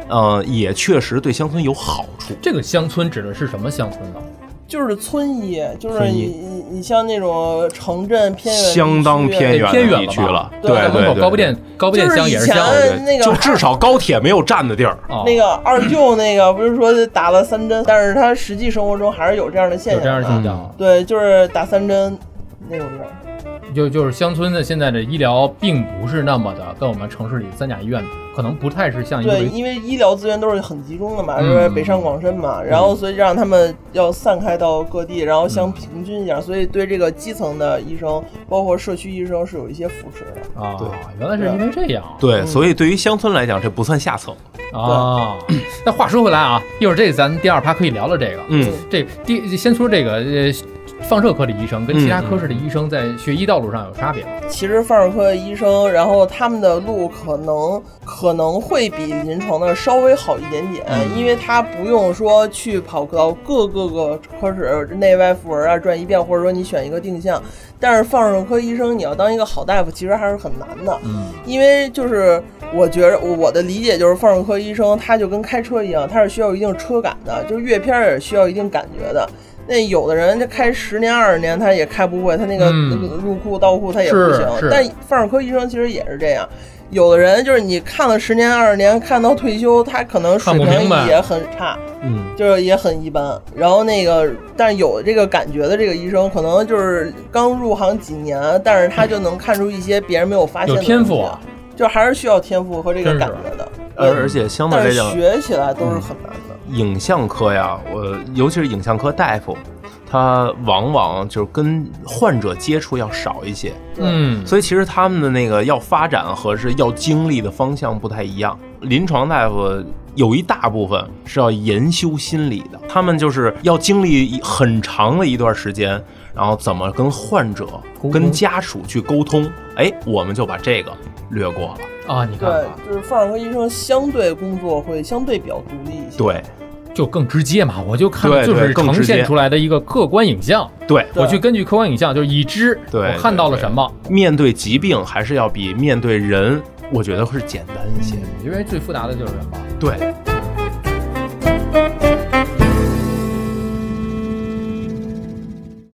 Speaker 1: 呃，也确实对乡村有好处。
Speaker 3: 这个乡村指的是什么乡村呢？
Speaker 2: 就是村医，就是
Speaker 1: 村
Speaker 2: 你
Speaker 1: 医
Speaker 2: 你你像那种城镇偏远地区，
Speaker 1: 相当偏远
Speaker 3: 偏远
Speaker 1: 的地
Speaker 3: 了
Speaker 1: 区
Speaker 3: 吧
Speaker 1: 了，
Speaker 2: 对
Speaker 1: 对
Speaker 3: 在门
Speaker 1: 对
Speaker 3: 口
Speaker 1: 对，
Speaker 3: 高碑店高碑店乡也是乡。
Speaker 2: 就是以前
Speaker 1: 对
Speaker 2: 那个
Speaker 1: 就至少高铁没有站的地儿。
Speaker 3: 哦
Speaker 2: 那个二舅那个不是说打了三针，但是他实际生活中还是有这样的现
Speaker 3: 有
Speaker 2: 象
Speaker 3: 这
Speaker 1: 嗯
Speaker 3: 样的
Speaker 2: 的
Speaker 3: 现象，
Speaker 2: 对，就是打三针那种人，
Speaker 3: 就就是乡村的现在的医疗并不是那么的跟我们城市里三甲医院可能不太是像一个
Speaker 2: 对，因为医疗资源都是很集中的嘛，
Speaker 3: 嗯
Speaker 2: 就是北上广深嘛，然后所以让他们要散开到各地，然后相平均一点，所以对这个基层的医生，包括社区医生是有一些扶持的。
Speaker 3: 啊
Speaker 1: 对，
Speaker 3: 原来是因为这样
Speaker 1: 对，
Speaker 2: 嗯
Speaker 1: 所以对于乡村来讲，这不算下层。
Speaker 3: 啊。那话说回来啊，一会儿这咱们第二趴可以聊聊这个。
Speaker 1: 嗯
Speaker 3: 这第先说这个呃，放射科的医生跟其他
Speaker 1: 嗯嗯
Speaker 3: 科室的医生在学医道路上有差别吗？
Speaker 2: 其实放射科的医生，然后他们的路可能可能会比临床的稍微好一点点，
Speaker 3: 嗯
Speaker 2: 因为他不用说去跑到各各个科室内外妇儿啊转一遍，或者说你选一个定向。但是放射科医生，你要当一个好大夫，其实还是很难的。
Speaker 3: 嗯，
Speaker 2: 因为就是我觉着我的理解就是放射科医生他就跟开车一样，他是需要一定车感的，就是阅片儿也需要一定感觉的。那有的人这开十年二十年他也开不会，他那个
Speaker 3: 嗯
Speaker 2: 那个入库倒库他也不行
Speaker 3: 是是。
Speaker 2: 但放射科医生其实也是这样，有的人就是你看了十年二十年，看到退休，他可能水
Speaker 3: 看不明
Speaker 2: 平
Speaker 3: 白
Speaker 2: 也很差。
Speaker 1: 嗯，
Speaker 2: 就是也很一般。然后那个，但是有这个感觉的这个医生，可能就是刚入行几年，但是他就能看出一些别人没有发现的
Speaker 3: 有天赋
Speaker 2: 东西
Speaker 3: 啊，
Speaker 2: 就还是需要天赋和这个感觉的。
Speaker 1: 而
Speaker 2: 对
Speaker 1: 而且相对
Speaker 2: 但
Speaker 1: 来
Speaker 2: 是
Speaker 1: 讲，
Speaker 2: 学起来都是很难的。
Speaker 1: 影像科呀，我尤其是影像科大夫，他往往就是跟患者接触要少一些，
Speaker 2: 对
Speaker 3: 嗯，
Speaker 1: 所以其实他们的那个要发展和是要经历的方向不太一样。临床大夫有一大部分是要研修心理的，他们就是要经历很长的一段时间，然后怎么跟患者
Speaker 3: 沟、通
Speaker 1: 跟家属去沟通。哎，我们就把这个略过了。
Speaker 3: 啊，你看
Speaker 2: 对
Speaker 3: 看，
Speaker 2: 就是放射科医生相对工作会相对比较独立一些。
Speaker 1: 对
Speaker 3: 就更直接嘛，我就看
Speaker 1: 对
Speaker 3: 就
Speaker 1: 对
Speaker 3: 是
Speaker 1: 更
Speaker 3: 呈
Speaker 1: 直接
Speaker 3: 现出来的一个客观影像，
Speaker 1: 对，
Speaker 2: 对
Speaker 3: 我去根据客观影像就是已知，
Speaker 1: 对
Speaker 3: 我看到了什么。
Speaker 1: 面对疾病还是要比面对人，
Speaker 3: 嗯
Speaker 1: 我觉得会简单一些。
Speaker 3: 因为最复杂的就是人吧。
Speaker 1: 对，